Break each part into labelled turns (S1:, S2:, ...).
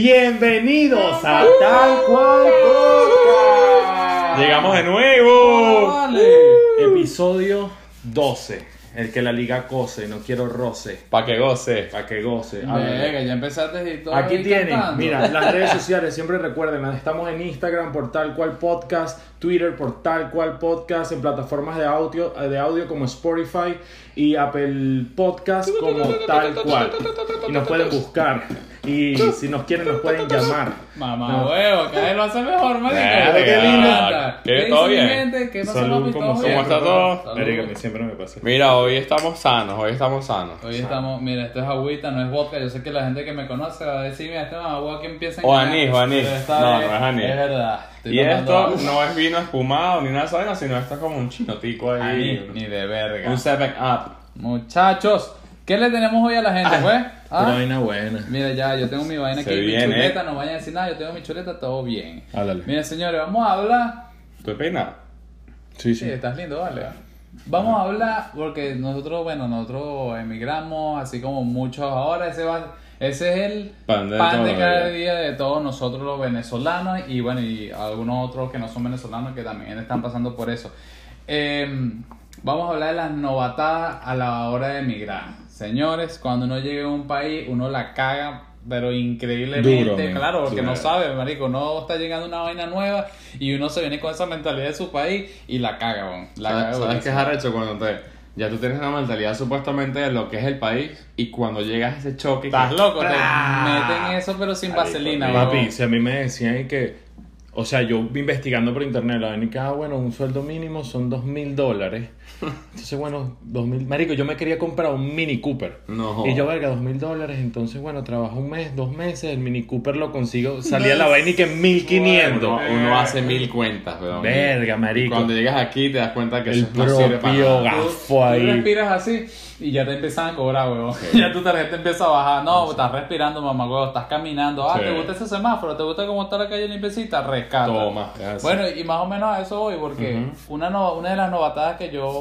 S1: Bienvenidos a Tal Cual Podcast.
S2: Llegamos de nuevo. Uh.
S1: Vale. Episodio 12. El que la liga cose, no quiero roce.
S2: Pa' que goce.
S1: Para que goce. A ver.
S3: Venga, ya empezaste y todo.
S1: Aquí
S3: ahí
S1: tienen,
S3: cantando.
S1: mira, las redes sociales, siempre recuerden, las estamos en Instagram por tal cual podcast, Twitter por tal cual podcast, en plataformas de audio, de audio como Spotify y Apple Podcast como tal cual. Y nos pueden buscar. Y si nos quieren nos pueden llamar.
S3: Mamá
S1: No.
S3: huevo, cada vez lo hace mejor, marico.
S2: Verga.
S3: Qué linda.
S2: ¿Qué? Ah, ¿Todo
S3: dice mi
S2: bien?
S3: gente? ¿Qué pasa,
S1: Salud,
S3: papi?
S1: como
S3: ¿Todo
S2: ¿Cómo
S3: bien?
S2: está todo?
S3: Salud.
S1: Verga, que siempre me pasa.
S2: Mira, hoy estamos sanos, hoy estamos sanos.
S3: Hoy estamos, mira, esto es agüita, no es vodka. Yo sé que la gente que me conoce va a decir, mira, este mamá huevo que empieza a
S2: O
S3: engañar.
S2: anís, o anís.
S3: Pero esta
S2: No,
S3: vez
S2: no es anís.
S3: Es verdad. Estoy
S2: Y esto
S3: tomando
S2: no es vino espumado ni nada de esa vaina, sino esto es como un chinotico
S3: anís,
S2: ahí.
S3: ni de verga.
S2: Un 7 up.
S3: Muchachos, ¿qué le tenemos hoy a la gente, pues? ¿Ah?
S1: Vaina buena.
S3: Mira, ya, yo tengo mi vaina
S2: Se
S3: aquí,
S2: viene.
S3: mi chuleta, no vayan a decir nada, yo tengo mi chuleta, todo bien.
S1: Háblale.
S3: Mira, señores, vamos a hablar
S2: ¿Tú peinas?
S1: Sí,
S3: Sí, estás lindo, vale. Vamos a hablar porque nosotros, bueno, nosotros emigramos, así como muchos ahora, ese va, ese es el
S2: Pan de todos los
S3: cada
S2: días.
S3: día de todos nosotros los venezolanos y bueno, y algunos otros que no son venezolanos que también están pasando por eso. Eh, vamos a hablar de las novatadas a la hora de emigrar. Señores, cuando uno llega a un país, uno la caga, pero increíblemente,
S2: Duro, men.
S3: claro, porque
S2: Sí.
S3: no sabe sabe, marico, no está llegando una vaina nueva y uno se viene con esa mentalidad de su país y la caga, bon. La caga,
S2: ¿Sabes, sabes qué es
S3: buenísimo.
S2: arrecho cuando te... Ya tú tienes una mentalidad supuestamente de lo que es el país y cuando llegas a ese choque...
S3: Estás
S2: que-
S3: loco, te
S1: Ah.
S3: meten eso pero sin vaselina,
S1: Papi,
S3: huevón.
S1: si a mí me decían que, o sea, yo investigando por internet, la vaina y que, ah, bueno, un sueldo mínimo son dos mil dólares. Entonces, bueno, dos mil, marico, yo me quería comprar un Mini Cooper.
S2: No.
S1: Y yo, verga, dos mil dólares, entonces, bueno, trabajo un mes, dos meses, el Mini Cooper lo consigo, salía la vaina y que mil
S2: Uno,
S1: quinientos.
S2: uno hace mil cuentas, weón.
S1: Verga,
S2: Y
S1: marico.
S2: cuando llegas aquí te das cuenta que
S1: El
S2: eso no sirve para
S1: propio
S2: nada.
S1: gafo
S3: Tú
S1: ahí.
S3: respiras así y ya te empiezan a cobrar, huevón. Ya tu tarjeta empieza a bajar. No, estás respirando, mamá, huevo. Estás caminando. Ah,
S2: Sí.
S3: ¿te gusta ese semáforo? ¿Te gusta cómo está la calle limpiecita? Rescata.
S2: Toma, gracias.
S3: Bueno, y más o menos a eso voy, porque una, no- una de las novatadas que yo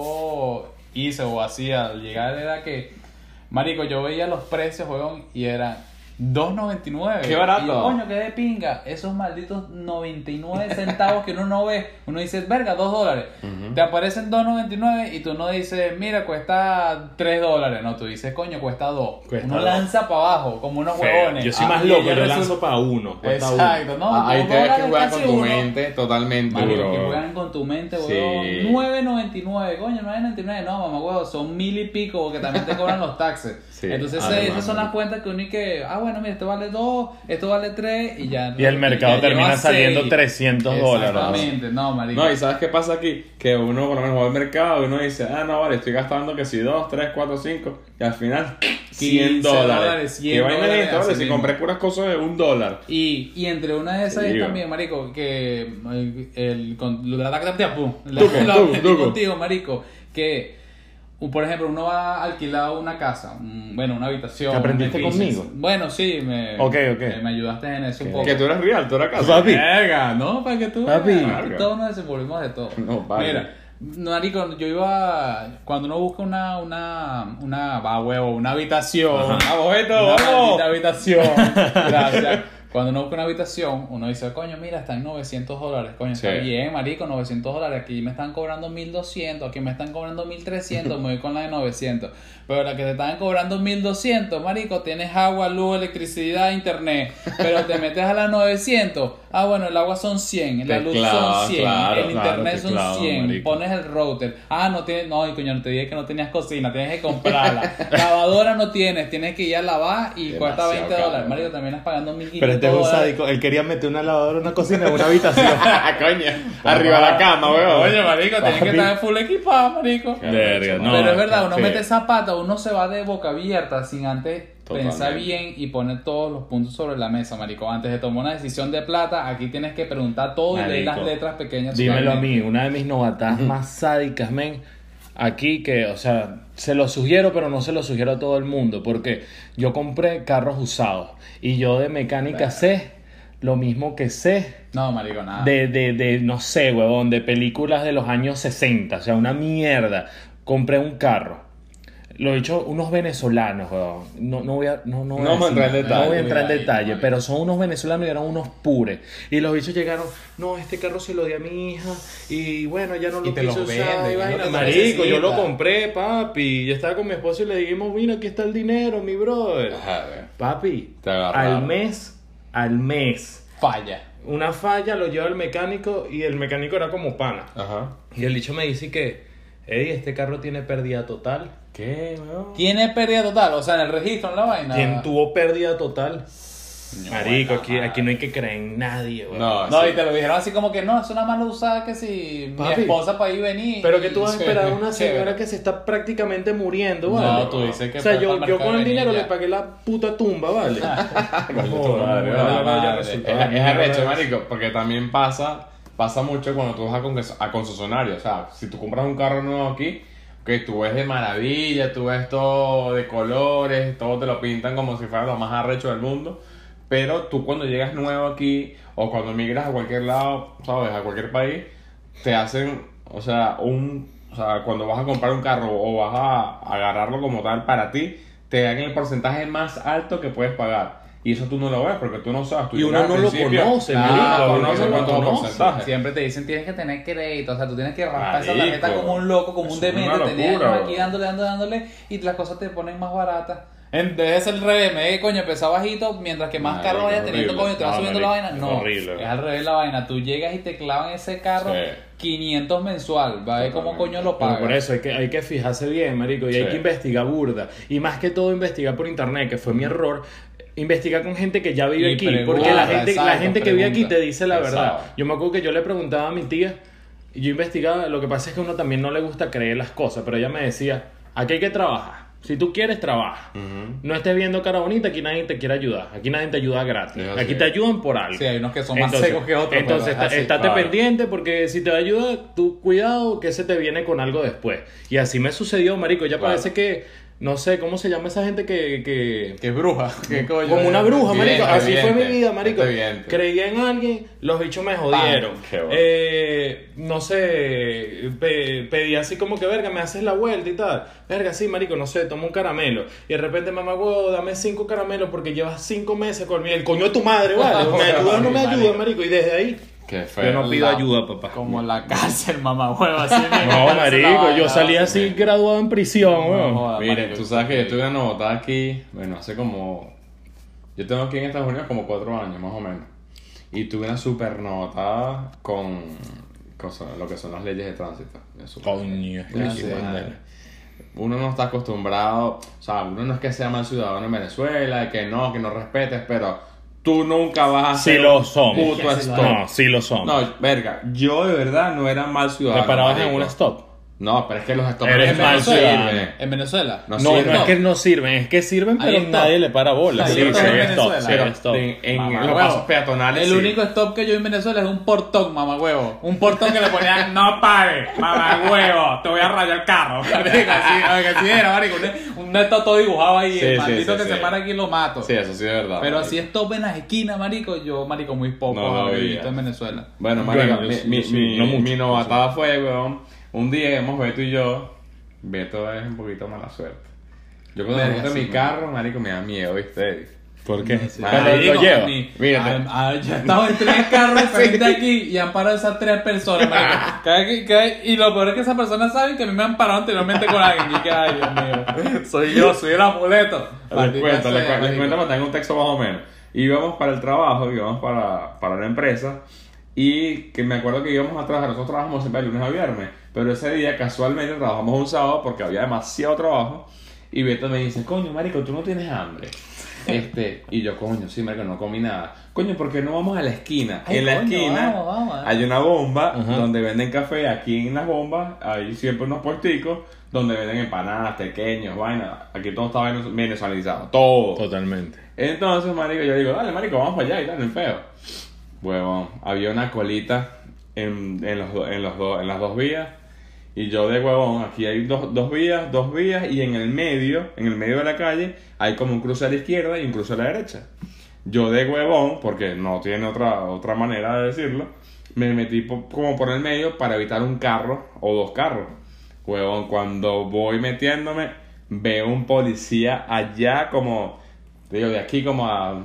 S3: hice o hacía al llegar era que, marico, yo veía los precios, huevón, y eran 2.99.
S2: ¡Qué barato!
S3: Y yo, coño, qué de pinga. Esos malditos 99 centavos que uno no ve. Uno dice, verga, 2 dólares. Te aparecen 2.99 y tú no dices, mira, cuesta 3 dólares. No, tú dices, coño, cuesta 2.
S1: Cuesta
S3: uno
S1: dos.
S3: lanza para abajo, como unos huevones.
S1: Yo soy
S3: Ah,
S1: más
S3: y
S1: loco,
S3: ella
S1: yo
S3: resulta-
S1: lanzo para uno. cuesta uno.
S3: Exacto, ¿no?
S2: Ah, ahí
S3: Dos
S2: te ves que
S3: dólares,
S2: juegas con
S3: casi
S2: tu
S3: uno.
S2: mente totalmente.
S3: Marico,
S2: bro.
S3: que juegan con tu mente,
S2: Sí.
S3: weón. 9.99, coño, 9.99. No, mamá, weón, son mil y pico porque también te cobran los taxes.
S2: Sí,
S3: Entonces,
S2: además,
S3: eh, esas son
S2: marico.
S3: las cuentas que uno y que, ah, bueno, mira, esto vale 2, esto vale 3 y ya.
S1: Y el mercado
S3: ya
S1: termina
S3: lleva
S1: saliendo
S3: seis.
S1: 300 dólares.
S3: Exactamente, no, marico.
S2: No, y ¿sabes qué pasa aquí? Que uno por lo menos va al mercado y uno dice, ah, no, vale, estoy gastando que si 2, 3, 4, 5, y al final 100
S3: 15
S2: dólares.
S3: dólares,
S2: ¿Qué
S3: 100
S2: vaina es
S3: dólares,
S2: esto? Vale,
S3: así
S2: si
S3: mismo.
S2: compré puras cosas de un dólar.
S3: Y, y entre una de esas
S2: Sí,
S3: es
S2: güey.
S3: también, marico, que el, el con lo de la pum, la-
S2: Duco,
S3: la-
S2: duco, duco.
S3: contigo, marico, que u- por ejemplo, uno va a alquilar una casa, mm, bueno, una habitación.
S1: ¿Te aprendiste
S3: un edificio.
S1: conmigo?
S3: Bueno, sí, me,
S1: Ok, ok.
S3: eh, me ayudaste en eso un poco.
S2: Que tú eres real, tú eres casa. Eh,
S1: Papi.
S3: Verga, no, para que tú
S1: Papi.
S3: veas,
S2: Verga.
S3: todos nos desenvolvimos de todo.
S2: No, vale.
S3: Mira, marico, yo iba cuando uno busca una una una va huevo, una habitación,
S2: Vamos, Beto,
S3: una
S2: vamos.
S3: maldita habitación. Gracias. Cuando uno busca una habitación, uno dice, coño, mira, están 900 dólares. Coño,
S2: Sí.
S3: está bien, marico, 900 dólares. Aquí me están cobrando 1200, aquí me están cobrando 1300, me voy con la de 900. Pero la que te están cobrando 1200, marico, tienes agua, luz, electricidad, internet. Pero te metes a la 900. Ah, bueno, el agua son 100, la
S2: Te
S3: luz
S2: clavas,
S3: son 100,
S2: claro, claro,
S3: el internet
S2: te
S3: son
S2: clavas,
S3: 100.
S2: marico.
S3: Pones el router. Ah, no tienes, no, y coño, no te dije que no tenías cocina, tienes que comprarla. Lavadora no tienes, tienes que ir a lavar y cuesta
S2: Demasiado
S3: 20
S2: caro.
S3: dólares. Marico, también estás pagando 1500
S1: Pero este es un
S3: dólares.
S1: sádico. Él quería meter una lavadora, una cocina, una habitación.
S2: Ah, coño. Arriba de la cama, weón.
S3: Oye, marico, tienes que
S1: Papi.
S3: estar full equipado, marico.
S2: Qué arrecho,
S1: Verga,
S2: mano.
S1: no.
S3: Pero es verdad,
S1: qué
S3: uno
S1: feo.
S3: mete esa pata, uno se va de boca abierta sin antes
S2: Totalmente.
S3: pensar bien y poner todos los puntos sobre la mesa, marico. Antes de tomar una decisión de plata, aquí tienes que preguntar todo y leer las
S1: Marico,
S3: letras pequeñas.
S1: Dímelo a
S3: totalmente.
S1: mí, una de mis novatadas más sádicas, men. Aquí que, o sea, se lo sugiero, pero no se lo sugiero a todo el mundo, porque yo compré carros usados y yo de mecánica sé lo mismo que sé
S3: No, marico, nada.
S1: de, de, de, no sé, huevón, de películas de los años 60, o sea, una mierda. Compré un carro. Lo he dicho, unos venezolanos, weón. No, no voy a, no, no voy
S2: No
S1: a
S2: vamos a
S1: decir
S2: entrar
S1: nada,
S2: en detalle,
S1: no voy a entrar en
S3: mira,
S1: detalle,
S3: vale.
S1: pero son unos venezolanos y eran unos pures. Y los bichos llegaron, no, este carro se lo di a mi hija y bueno, ya no
S3: Y
S1: lo
S3: te
S1: quiso
S3: los
S1: usar.
S3: venden,
S1: y
S3: ya
S1: vaina.
S3: no te
S1: Marico, yo lo
S3: necesitas.
S1: compré, papi. Yo estaba con mi esposo y le dijimos, mira, aquí está el dinero, mi brother.
S2: Ajá, güey.
S1: Papi,
S2: Te agarraron.
S1: al mes, al mes.
S3: Falla.
S1: Una falla lo lleva el mecánico y el mecánico era como pana.
S2: Ajá.
S1: Y el dicho me dice que, hey, este carro tiene pérdida total.
S2: ¿Qué, weón?
S3: Tiene pérdida total, o sea, en el registro, en la vaina.
S1: ¿Quién tuvo pérdida total?
S3: No,
S1: Marico,
S3: bueno,
S1: aquí, aquí no hay que creer en nadie, weón.
S2: No,
S3: No,
S2: Ah, sí.
S3: y te lo dijeron así como que no, es una mala usada que si
S1: Papi.
S3: mi esposa para ahí venir.
S1: Pero que tú vas a
S3: Sí,
S1: esperar a una
S3: sí,
S1: señora que se está prácticamente muriendo,
S3: No,
S1: ¿vale?
S3: tú dices que
S1: o sea,
S3: fue
S1: yo,
S3: pa'l
S1: yo
S3: mercado
S1: con el
S3: de
S1: dinero
S3: niña.
S1: le pagué la puta tumba, ¿vale?
S2: Coño, tu
S1: Joder,
S2: madre,
S1: bueno, ya
S2: vale, madre.
S1: resultó.
S2: Es, es arrecho, marico, porque también pasa, pasa mucho cuando tú vas a, conces- a concesionario. O sea, si tú compras un carro nuevo aquí, que tú ves de maravilla, tú ves todo de colores, todo te lo pintan como si fuera lo más arrecho del mundo. Pero tú cuando llegas nuevo aquí, o cuando migras a cualquier lado, ¿sabes? A cualquier país, te hacen, o sea, un... O sea, cuando vas a comprar un carro o vas a agarrarlo como tal para ti, te dan el porcentaje más alto que puedes pagar. Y eso tú no lo ves porque tú no sabes. Tú
S1: Y uno
S2: llegas al
S1: no lo
S2: principio,
S1: conoce,
S2: ah,
S1: marico,
S2: no
S1: uno
S2: conoce
S1: no lo
S2: cuántos
S1: conoce.
S2: porcentajes.
S3: Siempre te dicen tienes que tener crédito, o sea, tú tienes que raspar esa
S2: Marico,
S3: tarjeta como un loco, como
S2: eso
S3: un
S2: es una
S3: demente. Tenías
S2: locura,
S3: aquí
S2: bro.
S3: dándole, dándole, dándole y las cosas te ponen más baratas. En vez de ser al revés, me coño, empezar bajito, mientras que más
S2: Marico,
S3: carro vayas teniendo,
S2: horrible.
S3: coño, te va
S2: No,
S3: subiendo la
S2: marico,
S3: vaina.
S2: es
S3: No,
S2: horrible, bro.
S3: es al revés la vaina. Tú llegas y te clavan ese carro
S2: Sí.
S3: 500 mensual, va a ver cómo
S2: Totalmente.
S3: coño lo
S1: Pero
S3: pagas.
S1: por eso hay que, hay que fijarse bien, marico, y
S2: Sí.
S1: hay que investigar burda. Y más que todo investigar por internet, que fue mi error, investigar con gente que ya vive
S3: Y
S1: aquí.
S3: pregunta,
S1: porque la gente, la
S3: exacto,
S1: gente que vive aquí
S3: pregunta.
S1: te dice la
S2: Exacto.
S1: verdad. Yo me acuerdo que yo le preguntaba a mi tía, y yo investigaba, lo que pasa es que a uno también no le gusta creer las cosas, pero ella me decía, aquí hay que trabajar. Si tú quieres, trabaja. No estés viendo cara bonita, aquí nadie te quiere ayudar. Aquí nadie te ayuda gratis.
S2: Es así.
S1: Aquí te ayudan por algo.
S3: Sí, hay unos que son más secos que otros, pues, pero
S1: Entonces,
S3: es
S1: está-
S3: así,
S1: estate
S2: claro.
S1: pendiente porque si te ayuda, tú cuidado que se te viene con algo después. Y así me sucedió, marico. Ya
S2: Claro.
S1: parece que, no sé, ¿cómo se llama esa gente que... que...
S3: Que es bruja, que coño.
S1: Como una bruja,
S2: Vidente,
S1: marico. Así fue mi
S2: vidente,
S1: vida, marico.
S2: vidente.
S1: Creía en alguien, los bichos me jodieron.
S2: Qué bueno.
S1: Eh, no sé, pe- pedí así como que, verga, me haces la vuelta y tal. Verga, sí, marico, no sé, tomo un caramelo. Y de repente, mamá, huevo, dame cinco caramelos porque llevas cinco meses conmigo. El coño de tu madre, vale. O me ayudas o no me
S3: Marico.
S1: ayudas, marico. Y desde ahí...
S2: Qué feo.
S1: Yo no pido
S3: La-
S1: ayuda, papá.
S3: Como la cárcel, mamá hueva. Así mismo.
S1: No,
S3: Esa la
S1: marico,
S3: vaina,
S1: yo salí
S3: ¿no?
S1: así graduado en prisión, weón.
S3: joda,
S2: Mire,
S3: marico,
S2: tú sabes que yo
S3: sí.
S2: estuve en Bogotá aquí, bueno, hace como... Yo tengo aquí en Estados Unidos como cuatro años, más o menos. Y tuve una super novatada con, con so- lo que son las leyes de tránsito. Eso-
S1: Coño,
S2: Coño,
S1: qué
S2: madre.
S1: madre.
S2: Uno no está acostumbrado, o sea, uno no es que sea mal ciudadano en Venezuela, que no, que no respetes, pero tú nunca vas a
S1: Sí
S2: ser
S1: lo
S2: un
S1: somos.
S2: puto stop.
S1: No, sí lo somos.
S2: No, verga, yo de verdad no era mal ciudadano.
S1: Te parabas en
S2: marico.
S1: un stop.
S2: No, pero es que los stops
S1: Eres
S2: en Venezuela
S1: mal ciudadano.
S2: sirven.
S3: En Venezuela.
S2: No
S1: No, no
S2: sirven.
S1: es que no sirven, es que sirven,
S3: Ahí
S1: pero
S3: está.
S1: nadie le para bola.
S3: Ahí
S1: Sí,
S3: está.
S1: sí,
S3: En
S1: stop,
S3: Venezuela.
S1: sí,
S2: Pero
S1: stop.
S2: en, en
S3: Mamá,
S2: los
S3: huevo.
S2: pasos peatonales.
S3: El
S2: sí.
S3: único stop que yo vi en Venezuela es un portón, mamá huevo. Un portón que le ponían, no pares, mamá huevo, te voy a rayar el carro. Marico, así, oiga, así era, marico. un- Un neto todo dibujado ahí,
S2: Sí,
S3: el
S2: sí,
S3: maldito
S2: sí,
S3: que
S2: sí.
S3: se para aquí lo mato.
S2: Sí, eso sí es verdad. marico.
S3: Pero así stop en las esquinas, marico, yo, marico, muy poco
S2: No lo
S3: he
S2: veía.
S3: visto en Venezuela.
S2: Bueno, marica,
S1: Bueno,
S2: mi,
S1: yo-
S2: mi,
S1: yo sí,
S2: mi-
S1: no mucho,
S2: mi novatada fue, weón. Un día hemos Beto y yo. Beto es un poquito mala suerte. Yo cuando
S3: Verga,
S2: monto en
S3: sí,
S2: mi
S3: man.
S2: carro, marico, me da miedo, ¿viste?
S1: ¿Por qué?
S3: Sí.
S1: Cuando
S2: Ah,
S1: lo
S3: Marico,
S1: lleva.
S3: ni-
S2: mírate.
S3: a- a- Yo he estado ah, en tres carros frente aquí y han parado esas tres personas. marico. Cada que- cada- y lo peor es que esas personas saben que a mí me han parado anteriormente con alguien. Y que, ay, Dios mío, soy yo, soy el amuleto.
S2: Les
S3: Maldita
S2: cuento,
S3: sea,
S2: les cuento, les
S3: marico.
S2: cuento, me tengo un texto más o menos. Íbamos para el trabajo, íbamos para, para la empresa. Y que me acuerdo que íbamos a trabajar, nosotros trabajamos siempre de lunes a viernes. Pero ese día casualmente trabajamos un sábado porque había demasiado trabajo. Y Beto me dice, coño, marico, tú no tienes hambre. Este, y yo, coño, sí, marico, no comí nada. Coño, ¿por qué no vamos a la esquina?
S3: Ay,
S2: en la
S3: coño,
S2: esquina
S3: vamos, vamos, eh.
S2: hay una bomba
S1: Ajá.
S2: donde venden café. Aquí en las bombas hay siempre unos puesticos donde venden empanadas, pequeños, vainas. Aquí todo está venez- venezolanizado, todo.
S1: Totalmente.
S2: Entonces, marico, yo digo, dale, marico, vamos para allá y tal, el feo. Huevón, había una colita en, en, los, do- en, los do- en las dos vías. Y yo de huevón, aquí hay dos, dos vías, dos vías, y en el medio, en el medio de la calle, hay como un cruce a la izquierda y un cruce a la derecha. Yo de huevón, porque no tiene otra, otra manera de decirlo, me metí po- como por el medio para evitar un carro o dos carros. Huevón, cuando voy metiéndome, veo un policía allá como, digo, de aquí como a,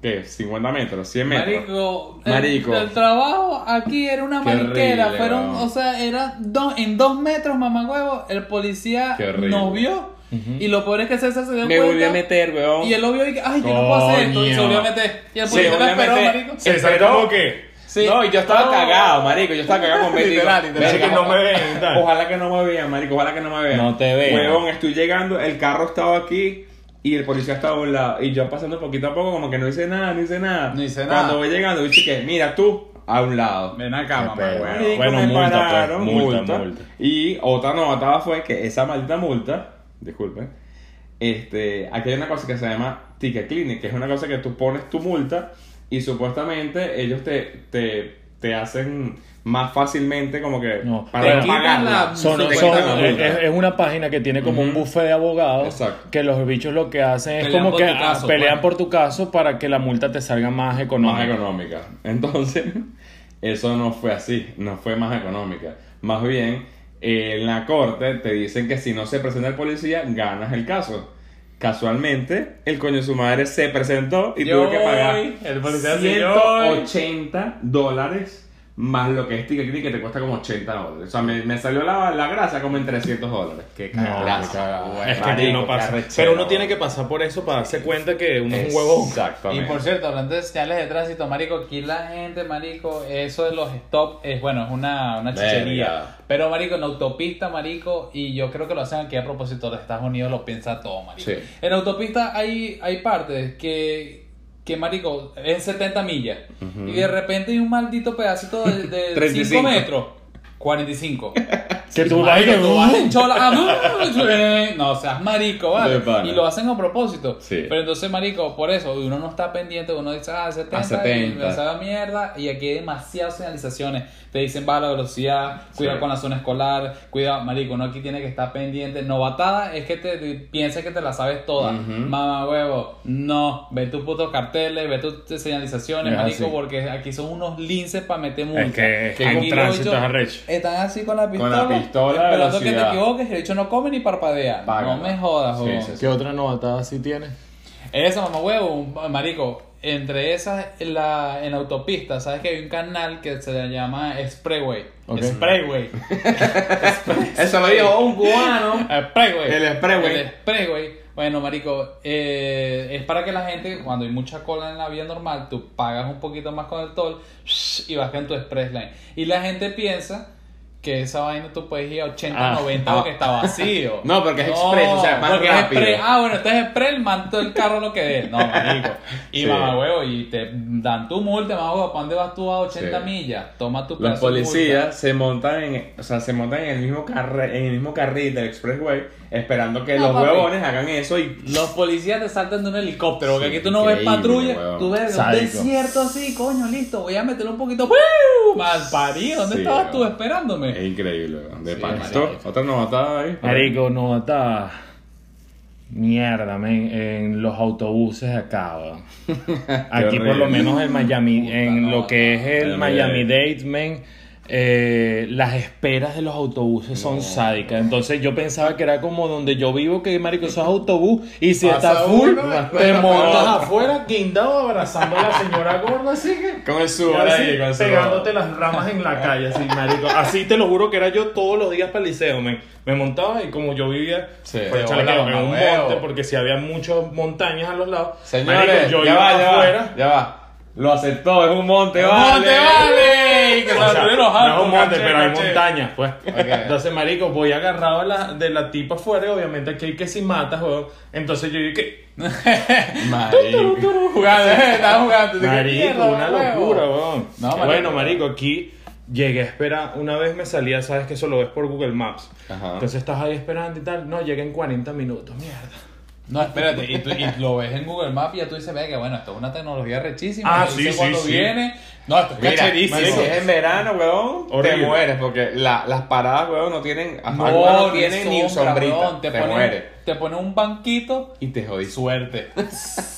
S2: ¿qué? 50 metros, 100 metros.
S3: Marico, el-
S2: Marico.
S3: El, trabajo aquí era una
S2: Qué
S3: mariquera.
S2: horrible,
S3: fueron,
S2: weón.
S3: o sea, era dos, en dos metros, mamá huevo. El policía
S2: Qué horrible.
S3: nos vio. Y lo peor es que César se dio
S2: Me volví
S3: cuenta.
S2: a meter, weón.
S3: Y él lo vio y que, ay, yo no puedo hacer esto. Y se
S2: Coño.
S3: volvió a meter. Y el
S2: Sí,
S3: policía la esperó,
S2: obviamente,
S3: marico.
S2: se
S4: César,
S2: esperó.
S4: ¿cómo que?
S3: Sí.
S2: No, y yo estaba
S3: No.
S2: cagado, marico. Yo estaba cagado con Betty.
S3: Literal,
S2: Digo,
S3: literal.
S2: "Verga,
S4: Así que no me ven, tal".
S2: Ojalá que no me vean, marico. Ojalá que no me vean.
S1: No te vean.
S2: Huevón, estoy llegando. El carro estaba aquí. Y el policía estaba a un lado. Y yo pasando poquito a poco, como que no hice nada, no hice nada.
S3: No hice nada.
S2: Cuando voy llegando, dice que, mira tú, a un lado.
S3: Ven acá,
S1: Qué
S3: mamá
S1: pedo.
S3: huevo.
S2: Marico,
S1: Bueno,
S2: me
S1: multa, pues,
S2: pararon,
S1: multa, multa.
S2: Y otra novatada fue que esa maldita multa, disculpen, este, aquí hay una cosa que se llama Ticket Clinic, que es una cosa que tú pones tu multa y supuestamente ellos te, te, te hacen más fácilmente como que
S1: No,
S2: para
S1: te
S2: no
S1: quitan
S2: pagarla.
S3: la-
S1: Son-
S3: Sí, te
S1: son-
S3: cuentan la
S1: es,
S2: multa.
S1: es una página que tiene como un
S2: Ujú.
S1: buffet de abogados
S2: Exacto.
S1: que los bichos lo que hacen es
S3: Pelean
S1: como
S3: por
S1: que
S3: tu
S1: ah,
S3: caso,
S1: pelean
S3: pues.
S1: por tu caso para que la multa te salga más económica.
S2: Más económica. Entonces, eso no fue así, no fue más económica. Más bien, eh, en la corte te dicen que si no se presenta el policía, ganas el caso. Casualmente, el coño de su madre se presentó y
S3: Yo
S2: tuvo que pagar
S3: voy, el policía dice, yo voy.
S2: 180 dólares más lo que es ticket Clinic, que te cuesta como 80 dólares. O sea, me, me salió la, la grasa como en 300 dólares. Qué
S1: No,
S2: Es
S1: Es que aquí no pasa. Pero uno tiene que pasar por eso para darse cuenta que uno es un huevón.
S3: Y
S2: Exactamente.
S3: por cierto, hablando de señales de tránsito, marico, aquí la gente, marico, eso de los stop es bueno, es una, una
S2: Verga.
S3: chichería. Pero marico, en autopista, marico, y yo creo que lo hacen aquí a propósito de Estados Unidos, lo piensa todo, marico.
S2: Sí.
S3: En autopista hay, hay partes que, que marico, es 70 millas. Y de repente hay un maldito pedacito de, de 5
S2: 35.
S3: metros. 45.
S1: Que tú vas y
S3: Marico,
S1: que-
S3: tú vas en chola. ah, no, no, no, no, no seas marico,
S2: De
S3: ¿vale?
S2: pana.
S3: Y lo hacen a propósito.
S2: Sí.
S3: Pero entonces, marico, por eso uno no está pendiente, uno dice, ah, 70,
S2: A 70.
S3: y me sabe a mierda. Y aquí hay demasiadas señalizaciones. Te dicen, baja la velocidad, cuida
S2: Sí.
S3: con la zona escolar, cuida, marico, uno aquí tiene que estar pendiente. Novatada es que te, te- piensas que te la sabes toda.
S2: Ujú.
S3: Mamá huevo, no, ve tus putos carteles, ve tus señalizaciones,
S1: Es
S3: marico,
S1: así.
S3: porque aquí son unos linces para meter multa.
S1: Es que es
S2: Que
S1: que
S2: aquí
S1: un
S3: los
S1: tránsito
S3: bichos
S1: es arrecho.
S3: Están así con la pistola.
S2: la pistola,
S3: Esperando que te
S2: velocidad.
S3: equivoques. El hecho no come ni parpadea.
S2: Págalo.
S3: No me jodas,
S2: Sí,
S3: huevón.
S2: sí, sí.
S1: ¿Qué otra novatada sí tiene?
S3: Esa mamá huevo, un- marico. Entre esas, en la, en la autopista, ¿sabes que hay un canal que se le llama Sprayway?
S1: Ok.
S3: Sprayway.
S2: Eso lo dijo un cubano.
S3: Sprayway.
S2: El Sprayway.
S3: El Sprayway. Bueno, marico, eh, es para que la gente, cuando hay mucha cola en la vía normal, tú pagas un poquito más con el toll shh, y vas en tu express lane. Y la gente piensa que esa vaina tú puedes ir a 80,
S1: Ah,
S3: 90 porque está vacío.
S2: No, porque es express, o sea, más
S3: porque es
S2: rápido.
S3: express. Ah, bueno, este es express, el manto el carro lo que dé. No, marico. Y
S2: Sí.
S3: mamá huevo, y te dan tu multa, mamá huevo, ¿para dónde vas tú a 80
S2: Sí.
S3: millas? Toma tu
S2: Los
S3: pedazo de multa.
S2: policías se montan en, o sea, se montan en el mismo carre, en el mismo carril del expressway, esperando que
S3: No,
S2: los
S3: papi.
S2: huevones hagan eso y
S3: Los policías te saltan de un helicóptero, porque
S2: Sí,
S3: aquí tú no ves
S2: increíble,
S3: patrulla,
S2: weón.
S3: tú ves un
S1: Sádico.
S3: desierto así, coño, listo, voy a meterle un poquito. ¡Woo! Mal parido, ¿dónde
S2: Sí, weón.
S3: estabas tú esperándome?
S2: es increíble, weón, de
S3: Sí,
S2: pana.
S3: marico.
S2: Esto, Otra novatada ahí.
S1: Marico, novatada. Mierda, men, en los autobuses de acá. weón. Aquí por lo
S2: horrible.
S1: menos en Miami, en lo que es el
S2: Miami-Dade.
S1: Miami Dade, men, eh, las esperas de los autobuses son sádicas. Entonces yo pensaba que era como donde yo vivo, que marico, eso es autobús y si
S4: Pasa
S1: está full,
S4: uno,
S1: te
S4: pero-
S1: montas a
S4: afuera, guindado, abrazando a la señora gorda, así que.
S2: Con el
S4: Y
S2: sudor ahí,
S4: así,
S2: con el sudor.
S4: pegándote las ramas en la calle, así, marico.
S1: Así te lo juro que era yo todos los días para el liceo, men. Me montaba y como yo vivía,
S2: Sí.
S1: pues,
S3: De
S1: chale,
S3: bola,
S1: que había un
S3: mamá, huevo.
S1: monte, porque si había muchas montañas a los lados.
S2: Señores,
S1: marico, yo
S2: ya
S1: iba
S2: va, ya
S1: afuera.
S2: va, ya va. Lo aceptó, es un monte,
S3: ¡No
S2: vale.
S3: te vale! Que
S1: O
S3: se
S1: sea,
S3: abrieron los
S1: no es
S3: altos,
S1: un monte,
S3: caché,
S1: pero hay
S3: caché.
S1: montañas, pues.
S2: Ok.
S1: Entonces,
S4: Entonces, marico, voy agarrado a la- de la tipa afuera y obviamente aquí hay que si matas, weón. Entonces yo dije que...
S2: Marico.
S3: Jugando, eh, estaba jugando. Dije,
S4: Marico,
S3: "Mierda,
S4: una
S3: huevo".
S4: locura, weón.
S3: No, marico.
S4: bueno, marico, aquí llegué a esperar. Una vez me salía, sabes que eso lo ves por Google Maps.
S2: Ajá.
S4: Entonces estás ahí esperando y tal. No, llegué en 40 minutos, mierda.
S3: No, espérate, y, tú- y lo ves en Google Maps y ya tú dices, ve que bueno, esto es una tecnología rechísima.
S4: Ah,
S3: te
S4: sí,
S3: dice
S4: sí,
S3: cuando
S4: sí.
S3: viene. No, esto es
S2: Mira,
S3: cacherísimo.
S2: marico, si es en verano, weón, te
S4: Horrible.
S2: mueres porque la- las paradas, weón, no tienen,
S3: No,
S2: algunas no
S3: ni
S2: tienen ni
S3: sombra,
S2: sombrita,
S3: weón, Te,
S2: te
S3: ponen-
S2: mueres
S3: te ponen un banquito
S2: y te jodí.
S3: Suerte.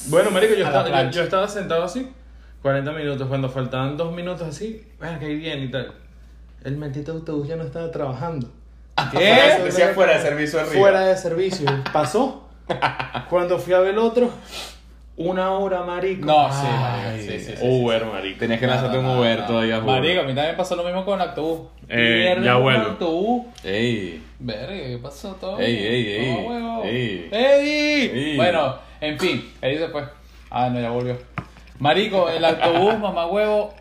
S4: Bueno, marico, yo
S3: A la
S4: estaba, yo,
S3: plancha.
S4: yo estaba sentado así. 40 minutos. Cuando faltaban dos minutos así, verga, ahí bien y tal. El maldito autobús ya no estaba trabajando. ¿Qué?
S2: Decía Ah, fuera de servicio arriba.
S4: Fuera de servicio. Pasó. Cuando fui a ver el otro, una hora, marico.
S3: No, sí,
S1: Ah.
S3: marico,
S4: Ay,
S3: sí, sí, sí, sí,
S4: Uber, marico.
S2: Tenías que lanzarte uh, un
S3: No, no,
S2: Uber
S3: no.
S2: todavía. uh. Uber.
S3: Marico, a mí también pasó lo mismo con el autobús.
S1: Eh,
S3: Pierdes
S1: ya
S3: un
S1: vuelvo.
S3: autobús.
S2: Ey.
S3: Verga, ¿qué pasó todo?
S2: Ey, ey, ey.
S3: Todo huevo.
S2: Ey.
S3: Ey.
S2: Ey.
S3: Bueno, en fin, ahí se fue. Ah, no, ya volvió. Marico, el autobús, mamá huevo,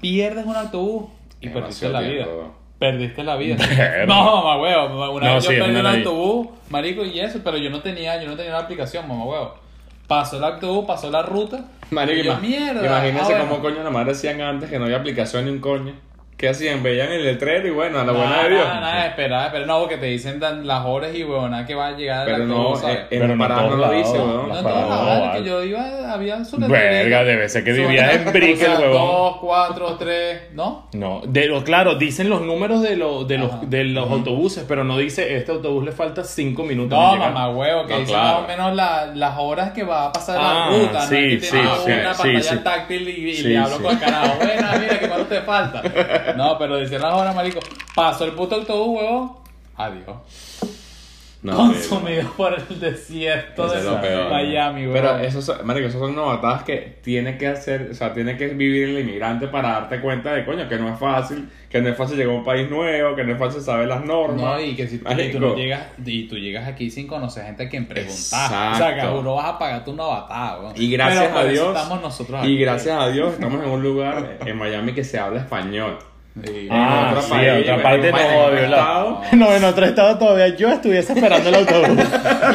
S3: pierdes un autobús y perdiste
S2: Demasiado
S3: la vida.
S2: tiempo.
S3: Perdiste la vida.
S1: Verga.
S3: No, mamá huevo, una
S1: No,
S3: vez
S1: sí,
S3: yo perdí
S1: una
S3: el
S1: la vi.
S3: autobús, marico, y eso, pero yo no tenía, yo no tenía la aplicación, mamá huevo. Pasó el autobús, pasó la ruta.
S2: Marico,
S3: y yo,
S2: ima-
S3: mierda.
S2: imagínense
S3: ah, bueno.
S2: cómo coño la madre hacían antes que no había aplicación ni un coño. ¿Qué hacían? Veían el letrero y bueno, a la buena
S3: Nada,
S2: de Dios.
S3: nada, nada, espera, espera, no, porque te dicen dan- las horas y huevona que va a llegar
S2: Pero
S3: el
S2: no,
S3: autobús, ¿sabes?
S2: eh, en
S1: Pero
S2: la
S1: no
S2: parada no
S1: todos
S2: lo dice,
S1: lados,
S2: weón.
S1: las
S3: No,
S1: Para
S3: no,
S1: abajo,
S3: vale,
S1: vale.
S3: que yo iba, había su
S1: Verga, debe ser que vivías en Brick el huevón.
S3: 2, 4, 3, ¿no?
S1: No, de lo, claro, dicen los números de, lo- de
S3: Ajá.
S1: los, de los autobuses, pero no dice este autobús le falta 5 minutos.
S3: No,
S1: para llegar".
S3: mamá, huevo, que
S2: No,
S3: dice
S2: claro.
S3: más o menos la- las horas que va a pasar
S1: Ah,
S3: la ruta,
S1: sí,
S3: ¿no? Que
S1: sí,
S3: tiene
S2: sí,
S3: una
S1: sí,
S3: pantalla
S1: sí.
S3: táctil y, y
S2: Sí,
S3: le hablo
S2: sí.
S3: con el carajo. Bueno, mira, que cuánto te falta. No, pero decían las horas, marico. Pasó el puto autobús, huevo. Adiós.
S2: No, pero-
S3: Consumido por el desierto
S2: Eso
S3: de
S2: es lo peor.
S3: Miami, huevo.
S2: Pero eso, son- marico, esos son novatadas que tiene que hacer, o sea, tiene que vivir el inmigrante para darte cuenta de, coño, que no es fácil, que no es fácil llegar a un país nuevo, que no es fácil saber las normas.
S3: No, y que si tú, y
S2: Marico.
S3: tú no llegas, y tú llegas aquí sin conocer gente a quien preguntar. O sea,
S2: Exacto.
S3: que seguro vas a pagar tu novatada, weón.
S2: Y gracias
S3: Pero por
S2: a
S3: eso
S2: Dios.
S3: estamos nosotros
S2: Y
S3: aquí.
S2: gracias a Dios estamos en un lugar en Miami que se habla español.
S3: Sí.
S1: Ah,
S2: En otro
S1: sí,
S2: país,
S1: en otra
S2: en
S1: parte
S2: otro
S1: no,
S2: país, en otro
S1: ¿verdad?
S2: estado.
S1: No, en otro estado todavía yo estuviese esperando el autobús.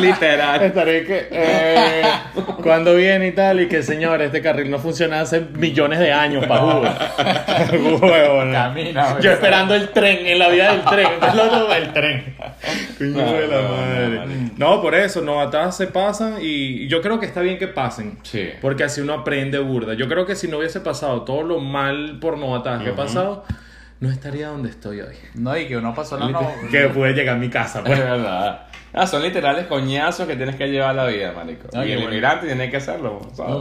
S2: Literal.
S1: Estaré que. Eh, cuando viene y tal, y que señor, este carril no funciona hace millones de años para Hugo. Huevona.
S3: Camina, güey.
S1: Yo esperando el tren, en la vida del tren. Entonces, lo- lo- el tren. Coño
S2: No,
S1: de la
S2: no,
S1: madre.
S2: no,
S1: No, por eso, no, atrás se pasan y yo creo que está bien que pasen.
S2: Sí.
S1: Porque así uno aprende burda. Yo creo que si no hubiese pasado todo lo mal por novatadas que he pasado, no estaría donde estoy hoy.
S3: No, y que uno pasó la no.
S1: Que pude llegar a mi casa,
S2: Es
S1: pues.
S2: verdad. Ah, son literales coñazos que tienes que llevar la vida, marico.
S3: Ah,
S2: y
S3: qué
S2: el
S3: bueno. Mm.
S2: inmigrante tiene que hacerlo, ¿sabes?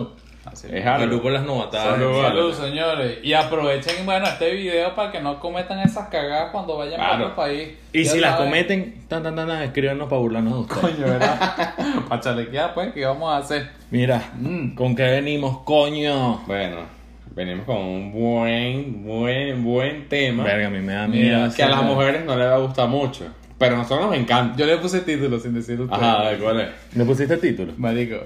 S3: Así.
S2: Es algo.
S5: Salud por las novatadas.
S2: Salud.
S3: Salud, señores. Y aprovechen, bueno, este video para que no cometan esas cagadas cuando vayan a
S2: Claro.
S3: otro país.
S1: Y
S3: Ya
S1: si las
S3: saben.
S1: cometen, tan, tan, tan, tan, escríbanos para burlarnos de ustedes.
S3: Coño, ¿verdad? para chalequear, pues, ¿qué vamos a hacer?
S1: Mira, ¿con qué venimos, coño?
S2: Bueno, venimos con un buen, buen, buen tema.
S1: Verga, a mí me da
S3: Mira,
S1: miedo.
S2: que a las
S1: señor.
S2: mujeres no les va a gustar mucho. Pero a nosotros nos encanta.
S3: Yo le puse título sin decir usted.
S2: Ajá, a ver, ¿cuál es?
S1: ¿Le pusiste el título?
S3: Marico.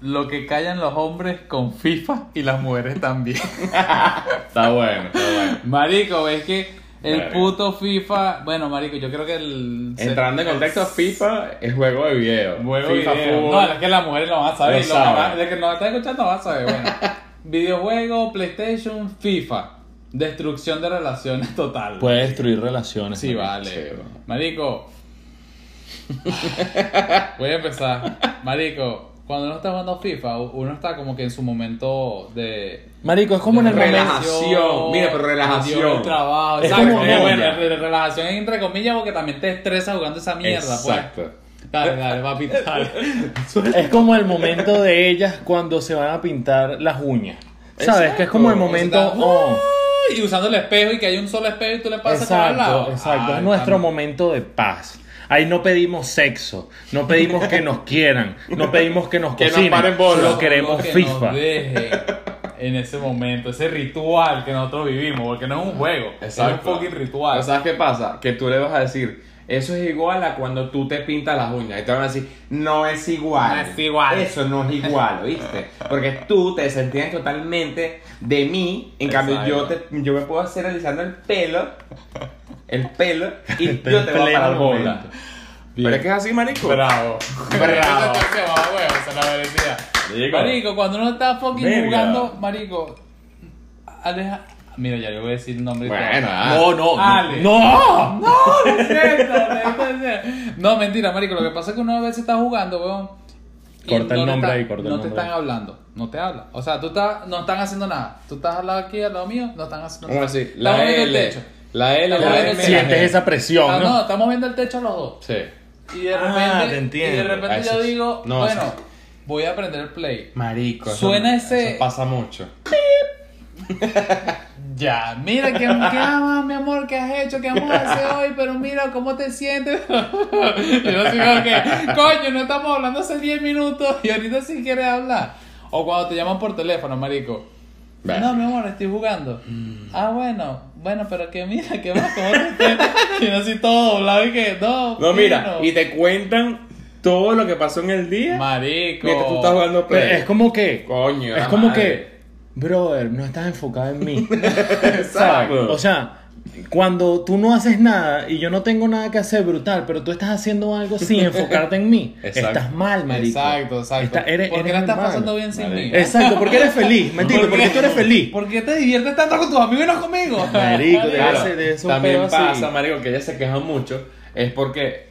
S3: Lo que callan los hombres con FIFA y las mujeres también.
S2: Está bueno, está bueno.
S3: Marico, es que el
S2: Verga.
S3: puto FIFA. Bueno, Marico, yo creo que el.
S2: Entrando en contexto, FIFA es juego de video.
S3: Juego
S2: FIFA
S3: video.
S2: fútbol.
S3: No, es que las mujeres lo van a saber.
S2: Lo
S3: y lo van a-
S2: saben.
S3: de que nos están escuchando van a saber. Bueno, videojuego, PlayStation, FIFA. Destrucción de relaciones total.
S2: Pues,
S1: Puede destruir relaciones.
S3: Sí,
S1: marico.
S3: vale.
S2: Sí, va.
S3: Marico. Voy a empezar. Marico, cuando uno está jugando FIFA, uno está como que en su momento de.
S1: Marico, es como en el
S2: Relaja-
S1: momento.
S2: Relajación. Mira, pero relajación.
S3: Adiós al trabajo.
S1: Es
S3: Exacto.
S1: como-
S3: Eh, bueno,
S2: Coño.
S3: re- relajación entre comillas porque también te estresa jugando esa mierda,
S2: Exacto.
S3: pues. Dale, dale, papi, dale.
S1: Es como el momento de ellas cuando se van a pintar las uñas. ¿Sabes? Que es como el
S2: Exacto.
S1: momento.
S3: Está-
S1: oh.
S3: Y usando el espejo y que hay un solo espejo y tú le pasas por al
S1: Exacto,
S3: lado.
S1: exacto.
S3: Ay,
S1: Es nuestro
S3: también.
S1: momento de paz. Ahí no pedimos sexo, no pedimos que nos quieran, no pedimos que nos
S2: Que nos
S1: cocinen,
S2: paren bolas.
S1: solo
S2: Solo
S1: queremos
S3: que
S1: FIFA.
S3: Nos dejen en ese momento, ese ritual que nosotros vivimos, porque no es un juego, es un fucking ritual.
S2: Pero ¿Sabes qué pasa? Que tú le vas a decir, eso es igual a cuando tú te pintas las uñas. Y te van a decir, no es igual.
S3: No es igual.
S2: Eso no es igual, ¿viste? Porque tú te sentías totalmente de mí. En cambio, yo, te, yo me puedo hacer alisando el pelo. El pelo. Y yo te voy a
S1: pleno
S2: parar bola.
S1: momento.
S2: Pero es que es así, marico.
S3: Bravo.
S2: Bravo.
S3: Esa canción, mamá, huevo, se la merecía.
S2: Marico.
S3: Marico, cuando uno está fucking
S2: Verga.
S3: jugando, marico, Aleja... Mira, ya yo voy a decir el nombre. y todo.
S2: Bueno, ah.
S1: No, no,
S3: Ale.
S1: no.
S3: No, no es cierto, no puede ser. No, mentira, marico. Lo que pasa es que una vez está jugando, weón. y
S1: Corta el
S3: no le
S1: nombre
S3: está-
S1: ahí, corta el
S3: No
S1: nombre
S3: te están
S1: ahí.
S3: hablando, no te hablan. O sea, tú estás, no están haciendo nada. Tú estás al lado aquí, al lado mío, no están haciendo
S2: ¿Cómo
S3: nada.
S2: así?
S3: Estamos
S2: La
S3: viendo el
S2: L.
S3: techo.
S2: La L,
S3: Estamos
S2: la
S3: viendo
S2: M.
S3: el
S2: la
S3: techo.
S2: G.
S1: Sientes esa
S3: Ah,
S1: presión,
S3: no,
S1: ¿no?
S3: estamos viendo el techo los dos.
S2: Sí.
S3: Y de
S1: Ah,
S3: repente,
S1: te entiendo. Ah,
S3: Y de repente
S2: Eso
S3: yo
S2: es-
S3: digo,
S2: no,
S3: bueno,
S2: eso
S3: voy a aprender el play.
S2: Marico. eso-
S3: Suena ese-
S2: eso pasa mucho.
S3: ya. Mira, que, que amas, mi amor, ¿qué has hecho? ¿Qué vamos a hacer hoy? Pero mira, ¿cómo te sientes? Y yo digo que, coño, no estamos hablando hace 10 minutos y ahorita sí quieres hablar. O cuando te llaman por teléfono, marico.
S2: Verga.
S3: No, mi amor, estoy jugando. Ah, bueno, bueno, pero que mira, que más, ¿cómo te sientes? Y yo así todo doblado y que, no.
S2: No, mira,
S3: fino.
S2: y te cuentan todo lo que pasó en el día
S3: Marico.
S2: mientras tú estás jugando
S1: Pero
S2: play.
S1: es como que.
S2: Coño,
S1: Es
S2: la
S1: como
S2: madre.
S1: que. Brother, no estás enfocado en mí.
S2: Exacto.
S1: O sea, cuando tú no haces nada y yo no tengo nada que hacer brutal, pero tú estás haciendo algo sin enfocarte en mí,
S2: Exacto.
S1: estás mal, marico.
S3: Exacto, exacto.
S1: Está- eres-
S3: ¿Por qué
S1: eres
S3: la estás
S1: mal.
S3: pasando bien sin mí?
S1: Exacto, porque eres feliz, ¿me entiendes? Porque tú eres feliz.
S3: ¿Por qué te diviertes tanto con tus amigos y no conmigo?
S1: Marico, de
S2: Claro,
S1: ese- de ese un
S2: también
S1: pedo así.
S2: pasa, marico, que ella se queja mucho, es porque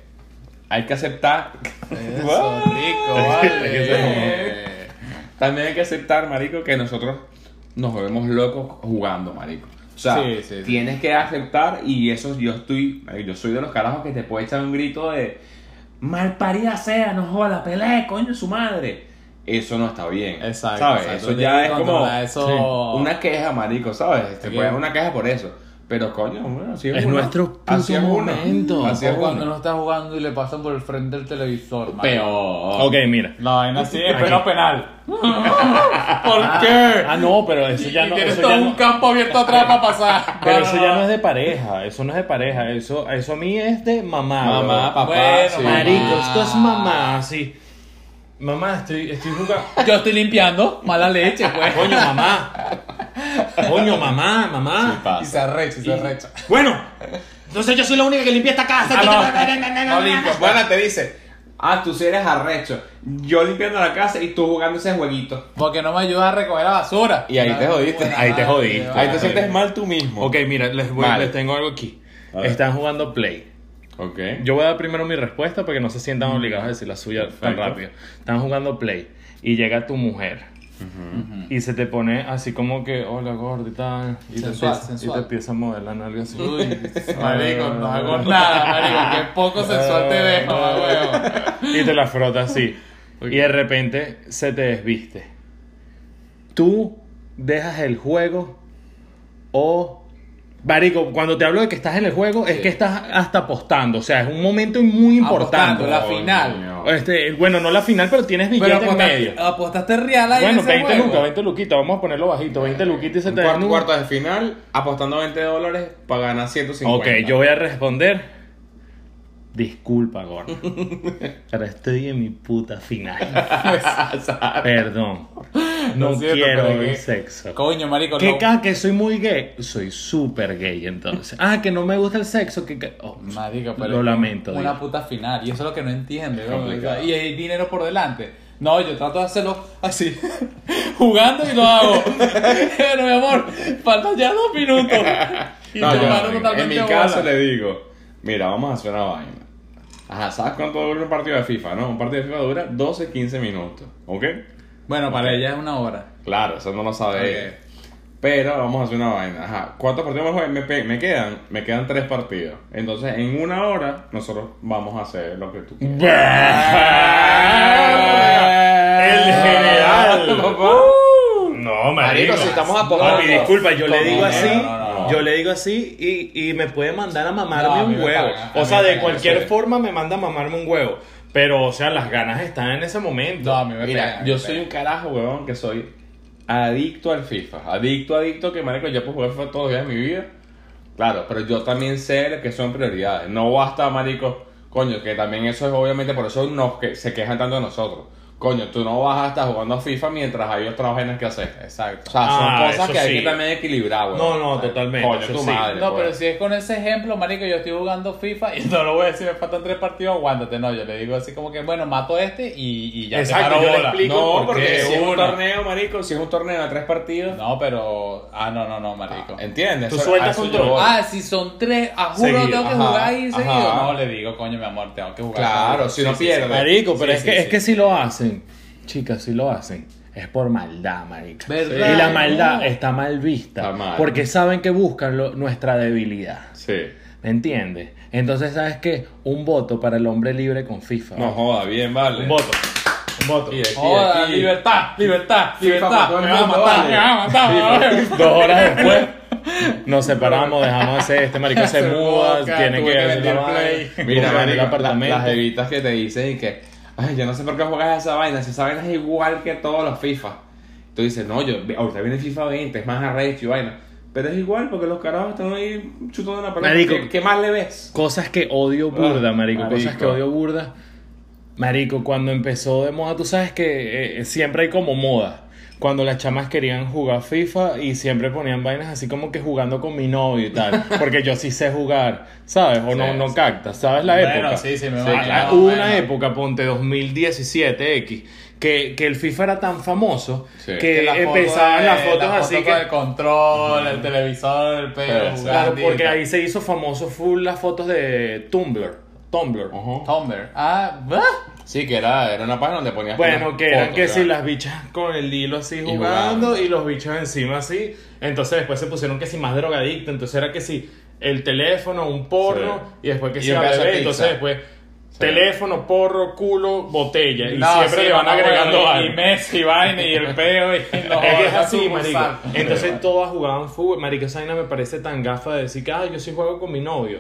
S2: hay que aceptar.
S3: Eso, rico,
S2: Es que
S3: vale.
S2: se- también hay que aceptar, marico, que nosotros nos volvemos locos jugando, marico. O sea,
S3: Sí, sí, sí.
S2: tienes que aceptar y eso yo estoy, marico, yo soy de los carajos que te puede echar un grito de mal parida sea, no joda, pelea, coño, su madre. Eso no está bien.
S3: Exacto,
S2: ¿sabes?
S3: exacto.
S2: Eso
S3: Tienes
S2: ya
S3: que
S2: es como
S3: controlar eso.
S2: sí, una queja, marico, ¿sabes? Te
S3: Sí.
S2: puede dar una queja por eso. Pero coño, bueno, así es,
S1: Es
S2: uno.
S1: nuestro puto
S2: así es uno.
S1: momento.
S2: Así es
S3: O cuando
S2: uno.
S3: no estás jugando y le pasan por el frente del televisor. man.
S2: Peor.
S1: Ok, mira.
S3: La vaina sí es pero penal. ¿Por qué?
S1: Ah, no, pero eso ya
S3: Y
S1: no.
S3: tienes
S1: Eso
S3: todo
S1: ya
S3: un
S1: no
S3: campo abierto atrás para pasar.
S1: pero eso ya no es de pareja, eso no es de pareja, eso, eso a mí es de mamá.
S2: Mamá,
S1: bro.
S2: papá,
S3: Bueno,
S2: sí.
S1: Marico, esto
S3: Ah.
S1: es mamá, así. Mamá, estoy, estoy jugando. Ah,
S3: Yo estoy limpiando. Mala leche, pues.
S1: Coño, mamá. Coño, mamá, mamá.
S2: Sí, pasa.
S3: Y se arrecha, y se arrecha.
S1: Bueno, entonces yo soy la única que limpia esta casa.
S2: Ah, No limpias. Bueno, te dice, ah, tú sí eres arrecho. Yo limpiando la casa y tú jugando ese jueguito.
S3: Porque no me ayuda a recoger la basura.
S2: Y ahí te
S3: Ah,
S2: jodiste.
S3: buena
S2: Ahí te
S3: madre,
S2: jodiste.
S3: vale.
S2: Ahí te sientes mal tú mismo.
S1: Ok, mira, les, voy,
S2: Vale.
S1: les tengo algo aquí.
S2: A ver.
S1: Están jugando Play.
S2: Ok.
S1: Yo voy a dar primero mi respuesta para que no se sientan obligados a decir la suya tan
S2: Perfecto.
S1: rápido. Están jugando Play y llega tu mujer. Y se te pone así como que, hola gordo y tal. Y, te,
S3: Sensual,
S1: empieza, y te
S3: sensual.
S1: empieza a mover la nalga así.
S3: Uy, marico, no hago nada, marico. Qué poco sensual te ves,
S1: Ah,
S3: mamá, huevo.
S1: y te la frota así. Y de repente se te desviste. Tú dejas el juego o... Marico, cuando te hablo de que estás en el juego, es
S3: Sí.
S1: que estás hasta apostando. O sea, es un momento muy importante.
S3: Apostando, la
S2: Coño.
S3: final.
S1: Este, bueno, no la final, pero tienes
S3: Pero
S1: billete en
S3: apostaste,
S1: medio.
S3: apostaste real ahí
S1: Bueno,
S3: en ese
S1: 20
S3: juego.
S1: lucas, 20 luquitas. Vamos a ponerlo bajito.
S2: este
S1: 20 luquitas y se
S2: Un
S1: te
S2: cuarto,
S1: desnuda.
S2: cuarto de final, apostando 20 dólares para ganar 150.
S1: Ok, yo voy a responder. Disculpa, gordo. Pero estoy en mi puta final.
S2: pues.
S1: Perdón. No
S3: Lo siento,
S1: quiero
S3: pero
S1: el
S3: que-
S1: sexo.
S3: Coño, marico.
S1: ¿Qué
S3: no-
S1: ca- que soy muy gay? Soy súper gay entonces. Ah, que no me gusta el sexo. Que, que- oh,
S3: Marico, pero
S1: lo
S3: es
S1: lamento.
S3: Una
S1: digo.
S3: puta final. Y eso es lo que no entiende.
S2: Es
S3: ¿no?
S2: complicado.
S3: O sea, y hay dinero por delante. No, yo trato de hacerlo así. Jugando y lo hago. Pero mi amor, faltan ya dos minutos. Y
S2: No,
S3: te
S2: yo no,
S3: paro
S2: marico. en mi
S3: totalmente
S2: caso
S3: bola.
S2: le digo, mira, vamos a hacer una vaina. Ajá, ¿sabes cuánto dura un partido de FIFA? No, un partido de FIFA dura 12, 15 minutos. ¿Ok?
S3: Bueno, para ella es una hora.
S2: Claro, eso no lo sabe ella. Pero vamos a hacer una vaina. Ajá. ¿Cuántos partidos me, juegan? me, pe- me quedan? Me quedan tres partidos. Entonces, en una hora, nosotros vamos a hacer lo que tú quieras.
S1: El general.
S2: Papá.
S1: No,
S2: Marico,
S1: marico.
S2: si estamos
S1: Papi,
S2: apostando.
S1: disculpa, yo le
S2: No,
S1: digo
S2: no,
S1: así.
S2: no, no, no.
S1: Yo le digo así y, y me puede mandar a mamarme
S3: No, a mí
S1: un
S3: me
S1: huevo.
S3: pagan, a
S1: o
S3: mí
S1: sea,
S3: me
S1: de
S3: pagan,
S1: cualquier
S3: sí.
S1: forma me manda a mamarme un huevo. Pero, o sea, las ganas están en ese momento.
S3: No, a mí me
S2: Mira,
S3: pega,
S2: yo
S3: me
S2: soy
S3: pega.
S2: un carajo, weón, que soy adicto al FIFA. Adicto, adicto, que marico, yo puedo jugar FIFA todos los días de mi vida. Claro, pero yo también sé que son prioridades. No basta, marico, coño, que también eso es obviamente por eso nos que se quejan tanto de nosotros. Coño, tú no vas a estar jugando a FIFA mientras hay otras vainas que hacer. Exacto. O sea, son
S1: Ah,
S2: cosas
S1: eso
S2: que hay
S1: sí.
S2: que también equilibrar, weón.
S1: No, no, totalmente,
S2: Coño,
S1: eso
S2: tu
S1: sí.
S2: madre. pues.
S3: No,
S2: weón.
S3: pero si es con ese ejemplo, marico, yo estoy jugando FIFA y no lo voy a decir, me faltan tres partidos, aguántate. No, yo le digo así como que, bueno, mato este y, y ya
S1: Exacto,
S3: te paro
S1: yo le
S3: bola.
S1: explico
S2: No,
S1: por
S2: porque
S1: qué
S2: si es un
S1: uno.
S2: torneo, marico, si es un torneo de tres partidos.
S3: No, pero... Ah, no, no, no, marico.
S2: ¿Entiendes?
S1: Tú
S2: Eso-
S1: sueltas
S2: a eso yo
S1: control.
S2: voy.
S3: Ah, si son tres, a juro
S1: Seguido,
S3: tengo que
S2: ajá,
S3: jugar ahí
S2: ajá.
S3: seguido. No, le digo, coño, mi amor, tengo que jugar.
S2: Claro, si no pierde.
S1: Marico, pero
S3: Sí,
S1: es,
S3: sí,
S1: que, es
S3: sí.
S1: que si lo hacen, chicas, si lo hacen, es por maldad, marico.
S3: ¿Verdad?
S1: Y la maldad
S3: No.
S1: está mal vista.
S2: Está mal.
S1: Porque saben que buscan lo- nuestra debilidad.
S2: Sí.
S1: ¿Me entiendes? Entonces, ¿sabes qué? Un voto para el hombre libre con FIFA.
S2: No joda, bien, vale.
S1: Un voto. Un voto.
S2: Aquí, aquí,
S3: Joda,
S2: aquí.
S3: libertad, libertad,
S2: FIFA
S3: libertad.
S2: mató al
S3: Me va a
S2: mundo,
S1: pues.
S2: vale.
S3: matar, me va a matar. me va a matar.
S1: Dos horas después. nos separamos, dejamos de hacer, este marico se
S3: Se
S1: muda,
S3: boca,
S1: tiene
S3: tuve
S1: que
S3: que
S1: vender
S3: vender
S1: la vaina,
S3: Play.
S1: tuvo que
S2: Mira,
S1: vender
S2: marico,
S1: el
S2: la-
S1: apartamento.
S2: las evitas que te dicen y que, ay, yo no sé por qué juegas esa vaina, si esa vaina es igual que todos los FIFA. Tú dices, no, yo, ahorita viene FIFA 20, es más arrecho y vaina. Pero es igual porque los carajos están ahí chutando la pelota.
S1: Marico.
S2: ¿Qué, qué más le ves?
S1: Cosas que odio burda,
S2: Ah,
S1: marico. Cosas
S2: marico.
S1: que odio burda. Marico, cuando empezó de moda, tú sabes que eh, siempre hay como moda. Cuando las chamas querían jugar FIFA y siempre ponían vainas así como que jugando con mi novio y tal. Porque yo sí sé jugar, ¿sabes? O no,
S3: Sí,
S1: no
S3: sí.
S1: captas, ¿sabes la
S3: Bueno,
S1: época?
S3: sí, sí, me
S1: Ah,
S3: imagino,
S1: ah, Hubo una
S3: bueno.
S1: época, ponte 2017 X, que, que el FIFA era tan famoso
S2: Sí.
S1: que,
S3: la foto
S1: empezaban
S3: de-
S1: las fotos
S3: la foto
S1: así
S3: con
S1: que...
S3: el control, el televisor, el
S2: Sí,
S3: pelo,
S1: Claro,
S3: jugando y
S1: porque
S3: tal.
S1: ahí se hizo famoso full las fotos de Tumblr. Tumblr.
S3: Tumblr. Ah, ¿bah?
S2: Sí, que era, era una página donde ponías.
S1: Bueno,
S2: unas
S1: que eran
S2: fotos,
S1: que
S2: ya.
S1: si las bichas con el hilo así jugando,
S2: jugando.
S1: y los bichos encima así. Entonces después se pusieron que si más drogadicto. Entonces era que si el teléfono, un porno
S2: Sí.
S1: y después que
S2: Y
S1: si la
S2: un pedazo de
S1: bebé.
S2: pizza.
S1: Entonces después teléfono, porro, culo, botella. Y
S3: No,
S1: siempre
S3: sí,
S1: le van
S3: mamá,
S1: agregando
S3: bueno, y-
S1: algo.
S3: Y Messi, vaina, y el peo, y no,
S1: es que es
S3: la
S1: así,
S3: sucursal.
S1: marico. Entonces todas jugaban fútbol. Marico, esa vaina me parece tan gafa de decir que, ah, yo sí juego con mi novio.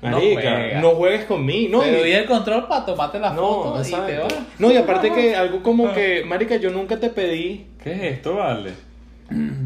S3: No
S1: Marica,
S3: juegas.
S1: no, juegues conmigo. No,
S3: Te
S1: y-
S3: doy el control para tomarte la
S1: no,
S3: foto y Ah. te
S1: exacto.
S3: vas.
S1: no, y aparte que algo como que, marica, yo nunca te pedí
S2: ¿Qué es esto, vale?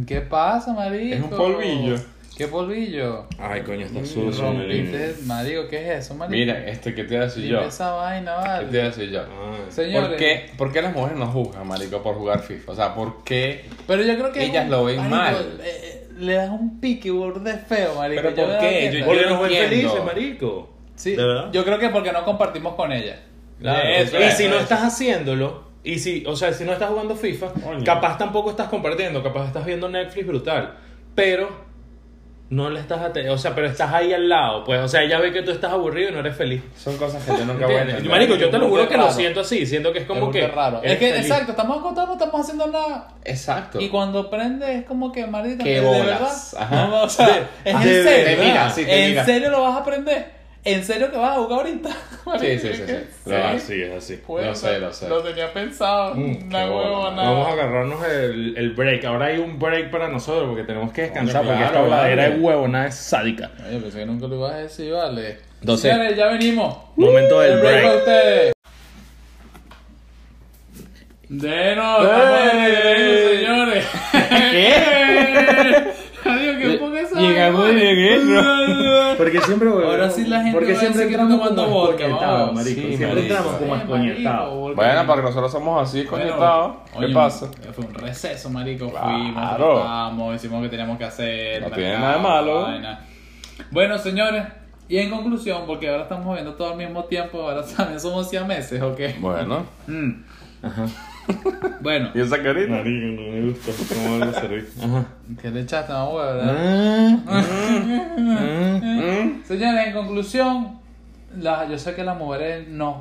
S3: ¿Qué pasa, marico?
S2: Es un polvillo.
S3: ¿Qué polvillo?
S1: Ay, coño, está
S2: sucio,
S1: sucio.
S3: Mm, Rompiste, marico, ¿qué es eso, marico?
S2: Mira, esto que te voy a decir yo.
S3: Limpia esa vaina,
S2: ¿Qué te voy a
S3: vale.
S2: decir yo?
S1: Ah,
S3: Señores.
S2: ¿Por qué, por qué las mujeres no juzgan, marico, por jugar FIFA? O sea, ¿por qué?
S3: Pero yo creo que.
S2: Ellas lo ven
S3: marico,
S2: mal.
S3: eh, eh, le das un pique burde feo, marico.
S2: Pero
S3: Yo
S2: ¿por
S3: me he dado
S2: qué?
S3: cuenta.
S2: Yo-
S1: Porque nos ven
S2: entiendo.
S1: felices, marico.
S3: Sí,
S1: ¿De verdad?
S3: yo creo que porque no compartimos con ella.
S2: Claro,
S3: Eso
S1: y
S3: es,
S1: si no
S3: eso.
S1: estás haciéndolo, y si, o sea, si no estás jugando FIFA,
S2: Coño.
S1: capaz tampoco estás compartiendo, capaz estás viendo Netflix brutal, pero no le estás aten- o sea, pero estás ahí al lado, pues, o sea, ella ve que tú estás aburrido y no eres feliz.
S2: Son cosas que yo nunca voy a entender.
S1: Marico, yo te lo
S3: Es
S1: juro
S3: muy
S1: que lo
S3: raro.
S1: siento así, siento que es como
S3: es
S1: que
S3: que raro. Es
S1: eres
S3: que,
S1: feliz.
S3: exacto, estamos acotados, no estamos haciendo nada.
S2: Exacto.
S3: Y cuando prende es como que, maldito,
S2: Qué
S3: de
S2: bolas.
S3: verdad.
S2: Ajá.
S3: No, o sea,
S1: De-
S3: es en
S1: de
S3: serio.
S1: verdad.
S3: ¿verdad?
S2: Te mira, sí, te
S3: ¿En
S2: mira.
S3: serio lo vas a aprender? ¿En serio que vas a jugar ahorita?
S2: Sí, sí, sí, sí.
S1: Ah, sí, es así.
S3: Pues,
S2: Lo sé, lo sé.
S3: Lo tenía pensado.
S2: Mm,
S3: una
S2: qué bola,
S3: huevonada.
S1: Vamos a agarrarnos el, el break. Ahora hay un break para nosotros porque tenemos que descansar
S2: Coño,
S1: porque
S2: claro,
S1: esta habladera
S2: vale.
S1: de huevona es sádica.
S3: Oye, pensé que nunca lo ibas a decir, vale.
S1: Entonces-
S3: Señores, ya venimos.
S1: Momento del
S3: Uh, El break para
S1: break.
S3: ustedes. De nuevo, estamos de regreso, señores. ¿Qué? Adiós, que poca esa.
S2: Llegamos
S3: vaina.
S2: de regreso.
S1: Porque siempre
S3: Ahora sí la gente
S1: Porque
S3: va a
S1: siempre
S3: decir que
S1: entramos
S3: no
S1: como
S3: tomando vodka,
S1: escoñetados,
S3: vamos.
S1: marico.
S2: Sí,
S1: Siempre
S2: marico.
S1: entramos como
S3: Sí, marico,
S1: escoñetados.
S3: porque-
S2: Bueno, porque nosotros somos así
S3: Bueno,
S2: conectados.
S3: oye,
S2: ¿Qué pasa?
S3: Fue un receso, marico.
S2: Claro.
S3: Fuimos, trabajamos, hicimos lo que teníamos que hacer.
S2: No
S3: mercado,
S2: tiene nada de malo.
S3: vaina. Bueno, señores, y en conclusión, porque ahora estamos viendo todo al mismo tiempo, ahora también somos siameses, ¿ok?
S2: Bueno.
S3: Mm. Bueno,
S2: ¿Y esa carita?
S1: Marico, no me gusta cómo lo serví. Ajá.
S3: que le echaste una hueva, ¿verdad?
S2: Mm,
S1: Ah,
S3: Señores, en conclusión, la- yo sé que las mujeres nos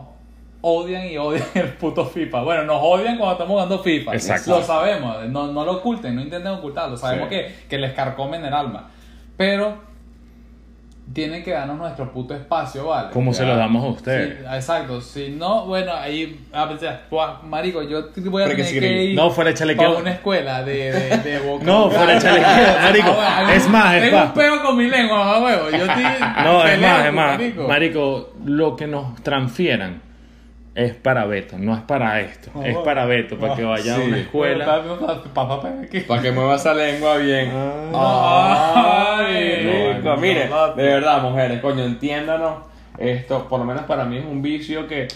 S3: odian y odian el puto FIFA. Bueno, nos odian cuando estamos jugando FIFA.
S1: Exacto.
S3: Lo sabemos, no, no lo oculten, no intenten ocultarlo. Sabemos
S2: Sí.
S3: que, que les carcomen el alma. Pero tienen que darnos nuestro puto espacio, ¿vale?
S1: ¿Cómo se los damos a
S3: Sí,
S1: ustedes?
S3: exacto, si no, bueno, ahí a veces, "Buah, marico, yo voy a
S2: Pero que
S3: tener
S2: sí,
S3: que ir
S1: No, fuera échale
S3: para
S1: que-
S3: una escuela de, de, de
S1: No,
S3: vocabulario".
S1: fuera échale que- marico.
S3: Ah, bueno,
S1: Es más, es
S3: Tengo
S1: más.
S3: un peo con mi lengua, mamá huevo. Yo estoy.
S1: Ah, No, es
S3: peleo
S1: más,
S3: con
S1: es más.
S3: marico.
S1: Marico, lo que nos transfieran es para Beto, no es para esto. Es para Beto, para que vaya a una
S2: Sí.
S3: Pues,
S1: escuela.
S3: Papá, papá, ¿qué?
S2: Para que mueva esa lengua bien.
S3: Ay.
S2: Ah. Rico, mire, de verdad, mujeres, coño, entiéndanos. Esto, por lo menos para mí, es un vicio que,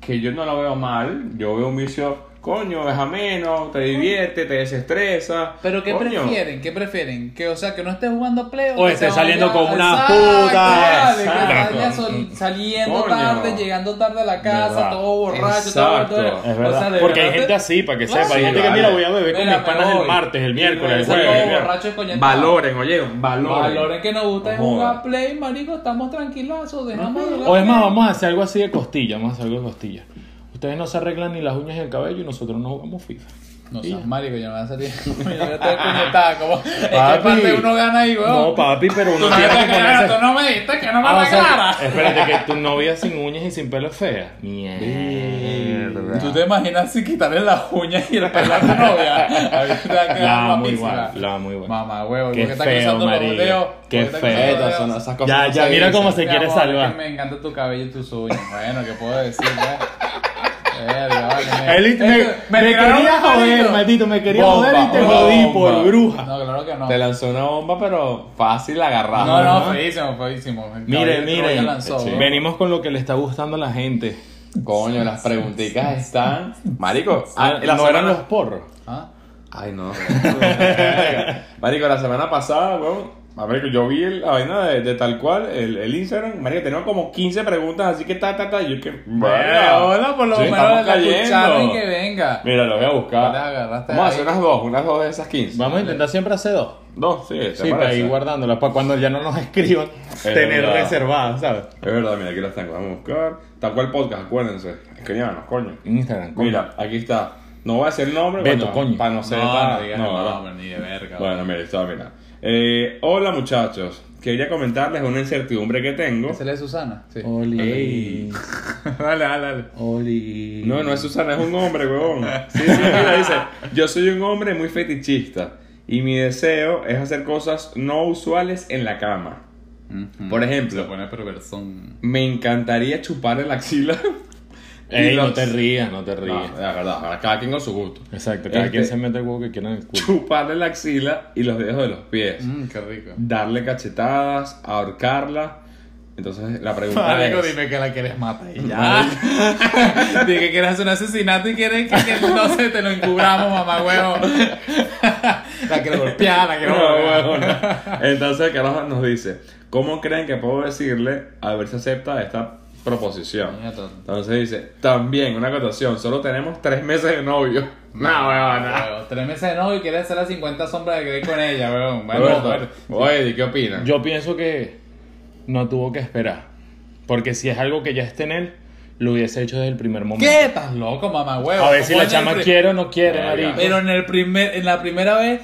S2: que yo no lo veo mal. Yo veo un vicio, coño, es ameno, te divierte, te desestresa.
S3: Pero ¿qué
S2: Coño.
S3: prefieren? ¿Qué prefieren? Que, o sea, que no estés jugando play
S1: O
S3: que
S1: estés
S3: se
S1: saliendo
S3: vaya-
S1: con una
S3: Exacto,
S1: puta.
S3: vale, que
S1: Exacto.
S3: vaya sol- saliendo
S2: Coño.
S3: tarde, llegando tarde a la casa,
S1: Verdad.
S3: todo borracho,
S2: Exacto.
S3: todo todo-
S1: Es
S3: o sea,
S1: verdad.
S3: de
S1: Porque hay
S3: verdad
S1: gente
S3: te-
S1: así, para que
S3: Claro.
S1: sepa. Hay
S2: Sí,
S1: gente que,
S2: vale.
S1: mira, voy a beber con
S3: Mira,
S1: mis
S3: me
S1: panas el
S3: voy. pues,
S1: martes, el miércoles, el
S3: Regreso
S1: jueves. el
S3: todo
S1: viernes.
S3: borracho desconectado.
S2: Valoren, oye, valoren.
S3: Valores que nos gusta es
S2: No jodas.
S3: jugar play, marico, estamos tranquilazos, dejamos de jugar
S1: O es más,
S3: play.
S1: vamos a hacer algo así de costilla, vamos a hacer algo de costilla. Ustedes no se arreglan ni las uñas y el cabello y nosotros no jugamos FIFA.
S3: No
S1: Y
S3: seas
S1: ya.
S3: marico, yo no voy a salir. Yo voy a estar puñetada, como. Es que
S1: Papi.
S3: parte uno gana ahí, weón.
S1: No, papi, pero
S3: Tú
S1: uno
S3: no,
S1: tiene
S3: me
S1: que
S3: aclaras,
S1: ponerse...
S3: tú no me dijiste que no me
S1: Ah, o sea,
S3: aclaras.
S1: espérate, que tu novia sin uñas y sin pelo es fea. Mierda.
S2: verdad.
S3: ¿Tú te imaginas si quitarle las uñas y el pelo a tu novia? A mí te va a quedar
S1: La muy
S3: guapísima.
S1: igual, la muy igual.
S3: Mamá, huevo,
S1: Qué
S3: ¿por qué está
S1: feo,
S3: cruzando los
S1: marico.
S3: dedos? ¿Por
S1: Qué
S3: está
S1: feo.
S3: cruzando los
S2: Estas
S3: dedos?
S2: son esas cosas
S1: Ya,
S2: no
S1: ya,
S2: se
S1: mira cómo
S2: dicen.
S1: se
S3: Mi
S1: quiere
S3: amor, es
S1: salvar.
S3: que me encanta tu cabello y tus uñas. Bueno, ¿qué puedo decir, pues? Verga, vale, me-
S1: Él me,
S3: Esto-
S1: me
S3: tiraron
S1: quería
S3: una
S1: joder,
S3: manito.
S1: maldito, me quería
S2: Bomba,
S1: joder y te
S2: bomba.
S1: jodí por bruja.
S3: No, claro que no.
S2: Te lanzó una bomba, pero fácil agarrada.
S3: No, no,
S1: Ajá.
S3: feísimo, feísimo. El
S1: Mire,
S3: cabello que
S1: mire,
S3: Troya lanzó,
S2: Sí.
S3: ¿no?
S1: venimos con lo que le está gustando a la gente.
S2: Coño, las preguntitas están. Marico, ah, la
S1: no eran
S2: semana-
S1: los porros.
S3: ¿Ah?
S2: Ay, no. Marico, la semana pasada, weón. Marico, yo vi el- la vaina de, de tal cual, el, el Instagram. Marico, tenían como 15 preguntas, así que ta, ta, ta. y Yo que.
S3: Verga, hola, por lo
S2: Sí,
S3: menos
S2: estamos
S3: la
S2: cayendo.
S3: escucharon y que venga.
S2: Mira, lo voy a buscar.
S3: Las agarraste
S2: Vamos a hacer
S3: ahí.
S2: unas dos, unas dos de esas 15.
S1: Vamos a intentar siempre hacer dos.
S2: Dos, sí, ¿te
S1: Sí, pues, para
S2: parece?
S1: ir guardándolas, para cuando ya no nos escriban, tener
S2: verdad.
S1: reservadas, ¿sabes?
S2: Es verdad, mira, aquí las tengo. Vamos a buscar. Tal cual podcast, acuérdense. Escribanos, coño.
S1: Instagram, coño.
S2: Mira, aquí está. No voy a decir el nombre,
S1: Beto, coño.
S2: Para no ser
S3: No,
S2: tan-
S3: no digas
S2: no,
S3: no,
S2: ¿verdad?
S3: hombre, ni de verga.
S2: Bueno, mira, está, mira. Eh, hola muchachos, quería comentarles una incertidumbre que tengo.
S3: ¿Se lee Susana? Sí.
S1: Oli.
S2: Ey.
S3: dale, dale, dale.
S1: Oli.
S2: No, no es Susana, es un hombre, huevón. Sí, sí, mira, dice, yo soy un hombre muy fetichista y mi deseo es hacer cosas no usuales en la cama. Por
S3: Se
S2: ejemplo,
S3: pone perversón.
S2: me encantaría chuparle la axila. y
S1: Ey, no
S2: los-
S1: te rías, no te
S2: No,
S1: rías.
S2: la verdad, cada quien con su gusto.
S1: Exacto, cada
S2: Este-
S1: quien se mete el huevo que quiera en el culo.
S2: Chuparle la axila y los dedos de los pies.
S3: Mmm, qué rico.
S2: Darle cachetadas, ahorcarla. Entonces, la pregunta
S3: Marico,
S2: es...
S3: dime Ah. que la quieres matar y ya. dime que quieres hacer un asesinato y quieres que, que no se te lo encubramos, mamá huevo. la quiero golpear, la quiero
S2: No,
S3: golpear.
S2: huevón. Entonces, Carlos nos dice, ¿cómo creen que puedo decirle a ver si acepta esta proposición? Entonces dice, también, una acotación, solo tenemos tres meses de novio. No, huevona.
S3: Huevo, Tres meses de novio y quieres hacer las 50 sombras de Grey con ella, huevón. Bueno,
S2: Roberto,
S3: bueno.
S2: Oye, ¿y ¿qué opinan?
S1: Yo pienso que no tuvo que esperar. Porque si es algo que ya está en él, lo hubiese hecho desde el primer momento.
S3: ¿Qué? Estás loco, mamá huevo.
S1: A ver si
S3: Coño,
S1: la
S3: el
S1: chama
S3: pri-
S1: quiere o no quiere,
S2: Verga.
S1: marico.
S3: Pero en el primer, en la primera vez,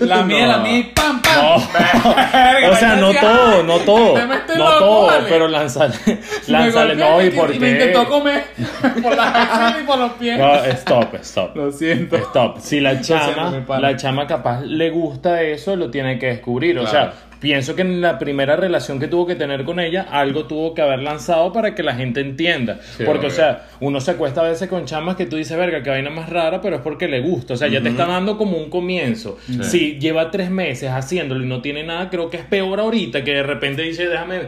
S3: la mía, la
S2: No.
S3: mía, y pam, pam.
S1: No.
S3: Verga,
S1: O sea, no
S3: decía,
S1: todo,
S3: "Ay,
S1: no todo.
S3: me metí
S1: No
S3: loco,
S1: todo,
S3: vale".
S1: pero lanzarle.
S3: Me
S1: Lanzarle,
S3: golpeó
S1: no,
S3: y
S1: ¿y
S3: me-
S1: por
S3: y Me intentó
S1: qué?
S3: comer por las manos y por los pies.
S1: No, stop, stop.
S3: Lo siento.
S1: Stop. Si la
S3: siento,
S1: chama,
S3: mi pana.
S1: la chama capaz le gusta eso, lo tiene que descubrir. O
S2: Claro.
S1: sea, pienso que en la primera relación que tuvo que tener con ella, algo tuvo que haber lanzado para que la gente entienda. porque,
S2: obvio.
S1: o sea, uno se acuesta a veces con chamas que tú dices, verga, que vaina más rara, pero es porque le gusta. O sea, ya te está dando como un comienzo. Si lleva tres meses haciéndolo y no tiene nada, creo que es peor ahorita que de repente dice, déjame.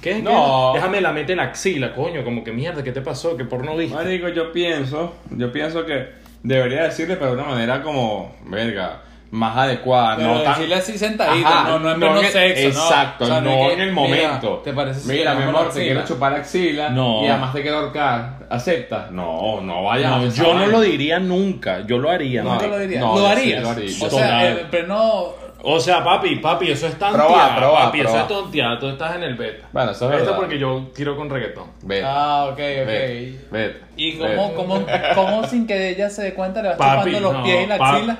S1: ¿Qué?
S2: No.
S1: ¿Qué? Déjame la mete la axila, coño, como que mierda, ¿qué te pasó? ¿Qué porno viste?
S2: Marico, yo pienso, yo pienso que debería decirle, pero de una manera como, verga, más adecuada.
S3: Pero
S2: no tan...
S3: decirle así sentadito,
S2: Ajá,
S3: no, no en pleno
S2: el-
S3: sexo, no.
S2: Exacto,
S3: O sea,
S2: no,
S3: es que,
S2: en el
S3: mira,
S2: momento.
S3: ¿Te parece si
S2: Mira,
S3: le
S2: mi
S3: damos
S2: amor,
S3: la
S2: te
S3: axila?
S2: quiero chupar axila
S1: No.
S2: y además te quiero ahorcar. ¿Aceptas? No, no vaya.
S1: No,
S2: a esa
S1: yo no
S2: vaina.
S1: lo diría nunca, yo lo haría.
S2: No,
S1: marico.
S3: ¿Tú lo dirías?
S2: No,
S3: ¿Lo
S2: yo sí,
S3: harías?
S2: lo haría.
S3: O sea,
S1: Total.
S3: eh, pero no...
S1: O sea, papi, papi, eso es tonteada.
S2: Probá, probá,
S1: papi,
S2: probá.
S1: eso es tonteada. Tú estás en el beta.
S2: Bueno, eso es
S1: Beta
S2: verdad.
S1: porque yo tiro con reggaetón.
S2: Vete,
S3: Ah, ok, ok.
S2: vete, vete,
S3: ¿Y
S2: vete.
S3: cómo, cómo, cómo sin que ella se dé cuenta le vas
S1: Papi,
S3: chupando los
S1: no,
S3: pies y la
S1: pa-
S3: axila?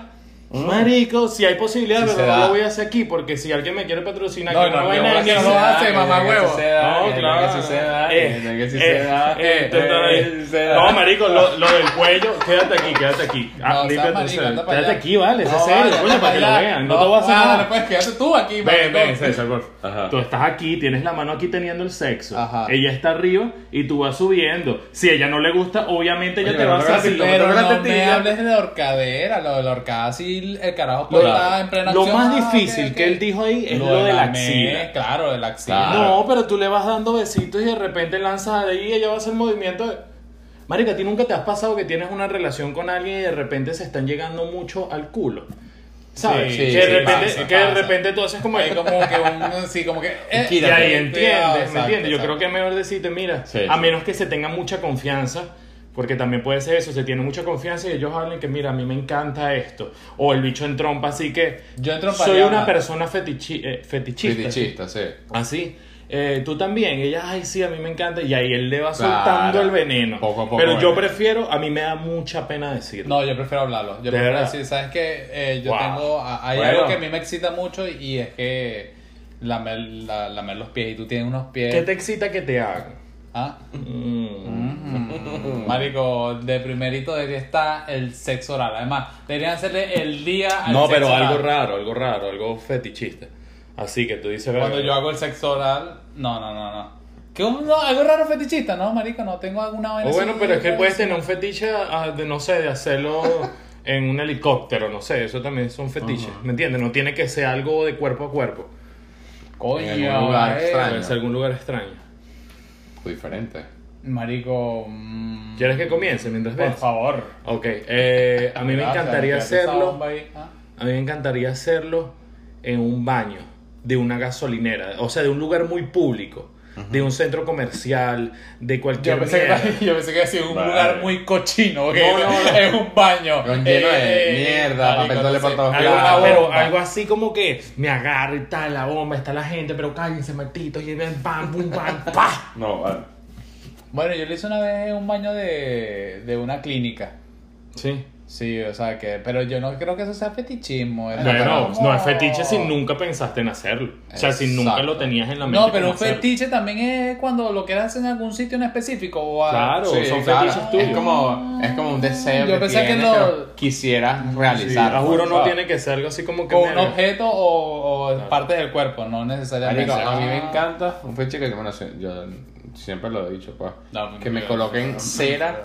S1: Marico, si hay posibilidad,
S3: Sí
S1: pero
S3: se
S1: no
S3: da.
S1: lo voy a hacer aquí porque si alguien me quiere patrocinar,
S3: No,
S1: que
S3: no,
S1: una
S3: no,
S1: vaina
S3: no,
S1: de
S3: no,
S1: mierda.
S3: no, no, hace, mamá huevo.
S1: No, claro. Eh, eh, eh, intenta- No, marico, lo, lo del cuello, quédate aquí, quédate aquí. Ah,
S3: No, seas
S1: límpiate,
S3: marico,
S1: César.
S3: anda para
S1: quédate
S3: allá.
S1: aquí, vale, eso es serio,
S3: vale,
S1: coño,
S3: anda
S1: para que lo
S3: allá.
S1: vean. No te voy a hacer
S3: ah,
S1: nada.
S3: dale, pues quédate tú aquí,
S1: Ven,
S3: maricón.
S1: ven, César, por favor.
S2: Ajá.
S1: Tú estás aquí, tienes la mano aquí teniendo el sexo.
S3: Ajá.
S1: Ella está arriba y tú vas subiendo. Si ella no le gusta, obviamente ella
S2: Oye,
S1: te
S2: pero
S1: va a
S2: no hagas
S1: hacer.
S2: así,
S1: lo-
S3: Pero
S2: toca la
S3: no me
S2: tetilla.
S3: hables de horcadera, lo de la horcada, si el carajo
S1: Lo,
S3: puede estar en plena
S1: lo
S3: acción.
S1: más
S3: Ah, ok,
S1: difícil
S3: ok.
S1: que él dijo ahí es lo, de la
S3: me-
S1: axila.
S3: Claro, de la axila.
S2: Claro.
S1: No, pero tú le vas dando besitos y de repente lanzas de ahí y ella va a hacer movimiento de... Marica, ¿a ti nunca te has pasado que tienes una relación con alguien y de repente se están llegando mucho al culo? ¿Sabes?
S3: Sí,
S1: que
S3: sí,
S1: de repente,
S3: pasa,
S1: que de
S3: pasa.
S1: repente tú haces como...
S3: Hay como que un. Sí, como que. eh,
S1: Y ahí entiendes,
S3: cuidado,
S1: ¿me
S3: exacto,
S1: entiendes? Yo
S3: exacto.
S1: creo que es mejor decirte, mira,
S2: Sí,
S1: a
S2: sí.
S1: menos que se tenga mucha confianza, porque también puede ser eso, se tiene mucha confianza y ellos hablan que, mira, a mí me encanta esto, o el bicho en trompa, así que
S3: Yo en trompa
S1: soy
S3: haría
S1: una
S3: nada.
S1: persona fetichi- eh, fetichista.
S2: Fetichista, sí.
S1: Así. Eh, tú también, ella, ay, sí, a mí me encanta, y ahí él le va
S2: Claro.
S1: soltando el veneno.
S2: Poco a poco
S1: Pero yo
S2: veneno.
S1: prefiero, a mí me da mucha pena decirlo.
S3: No, yo prefiero hablarlo. Yo
S1: ¿De
S3: prefiero
S1: verdad?
S3: decir, ¿sabes qué? Eh, yo
S1: Wow.
S3: tengo. a- Hay
S2: Bueno.
S3: algo que a mí me excita mucho y es que. Lamer, la- eh. lamer los pies y tú tienes unos pies.
S1: ¿Qué te excita que te hagan?
S3: Ah.
S1: Mm.
S3: Marico, de primerito debería estar el sexo oral. Además, deberían hacerle el día al
S1: No,
S3: sexo
S1: pero algo
S3: oral.
S1: raro, algo raro, algo fetichista. Así que tú dices,
S3: Cuando
S1: verga,
S3: yo hago el sexo oral, no, no, no, no. ¿Qué, un- no, algo raro fetichista, ¿no, marico? No tengo alguna vaina
S1: O Pues bueno,
S3: así.
S1: pero es que puedes tener un fetiche ah, de, no sé, de hacerlo en un helicóptero, no sé, eso también son fetiches, ¿me entiendes? No tiene que ser algo de cuerpo a cuerpo,
S3: Coño,
S2: en algún lugar
S3: eh,
S2: extraño.
S1: puede ser algún lugar extraño.
S2: Diferente.
S3: Marico, mm,
S1: ¿Quieres que comience mientras
S3: por
S1: ves?
S3: favor.
S1: Ok, eh, a mí me
S3: Gracias,
S1: encantaría
S3: quedaste esa
S1: hacerlo,
S3: bomba ahí, ¿ah?
S1: a mí me encantaría hacerlo en un baño de una gasolinera, o sea, de un lugar muy público, de un centro comercial, de cualquier
S3: Yo pensé,
S1: mierda.
S3: que, yo pensé que hacía un
S2: Vale.
S3: lugar muy cochino, que
S2: No, no, no.
S3: es un baño. Eh,
S2: Con lleno de mierda,
S3: marico,
S2: papelones
S3: no
S2: por
S3: sé.
S2: todos
S3: Algo-
S2: lados.
S1: Algo,
S3: una
S1: pero
S3: bomba.
S1: algo así como que me agarra y tal, la bomba, está la gente, pero cállense, malditos, y ven, pam, pum, pam, pa.
S2: No, vale.
S3: Bueno, yo le hice una vez un baño de, de una clínica.
S1: Sí.
S3: Sí, o sea que. Pero yo no creo que eso sea fetichismo. era
S1: Bueno,
S3: como-
S1: no es fetiche si nunca pensaste en hacerlo. O sea, si nunca lo
S3: Exacto.
S1: tenías en la mente.
S3: No, pero
S1: como
S3: un
S1: hacerlo.
S3: fetiche también es cuando lo quieres hacer en algún sitio en específico. O a-
S1: Claro,
S2: Sí,
S1: son
S2: claro.
S1: fetiches tuyos.
S2: Es como, es como un deseo
S3: Yo
S2: que
S3: pensé que
S2: tienes,
S3: lo-
S2: pero quisieras
S1: Sí,
S2: realizar.
S1: a juro, no
S2: ¿sabes?
S1: tiene que ser algo así como que.
S3: Con un
S1: mierda.
S3: objeto o, o partes del cuerpo, no necesariamente.
S2: Marico, a mí me
S3: Ah.
S2: encanta un fetiche que, bueno, sí, yo siempre lo he dicho, pues,
S3: No,
S2: que me
S3: no,
S2: coloquen
S3: no,
S2: cera,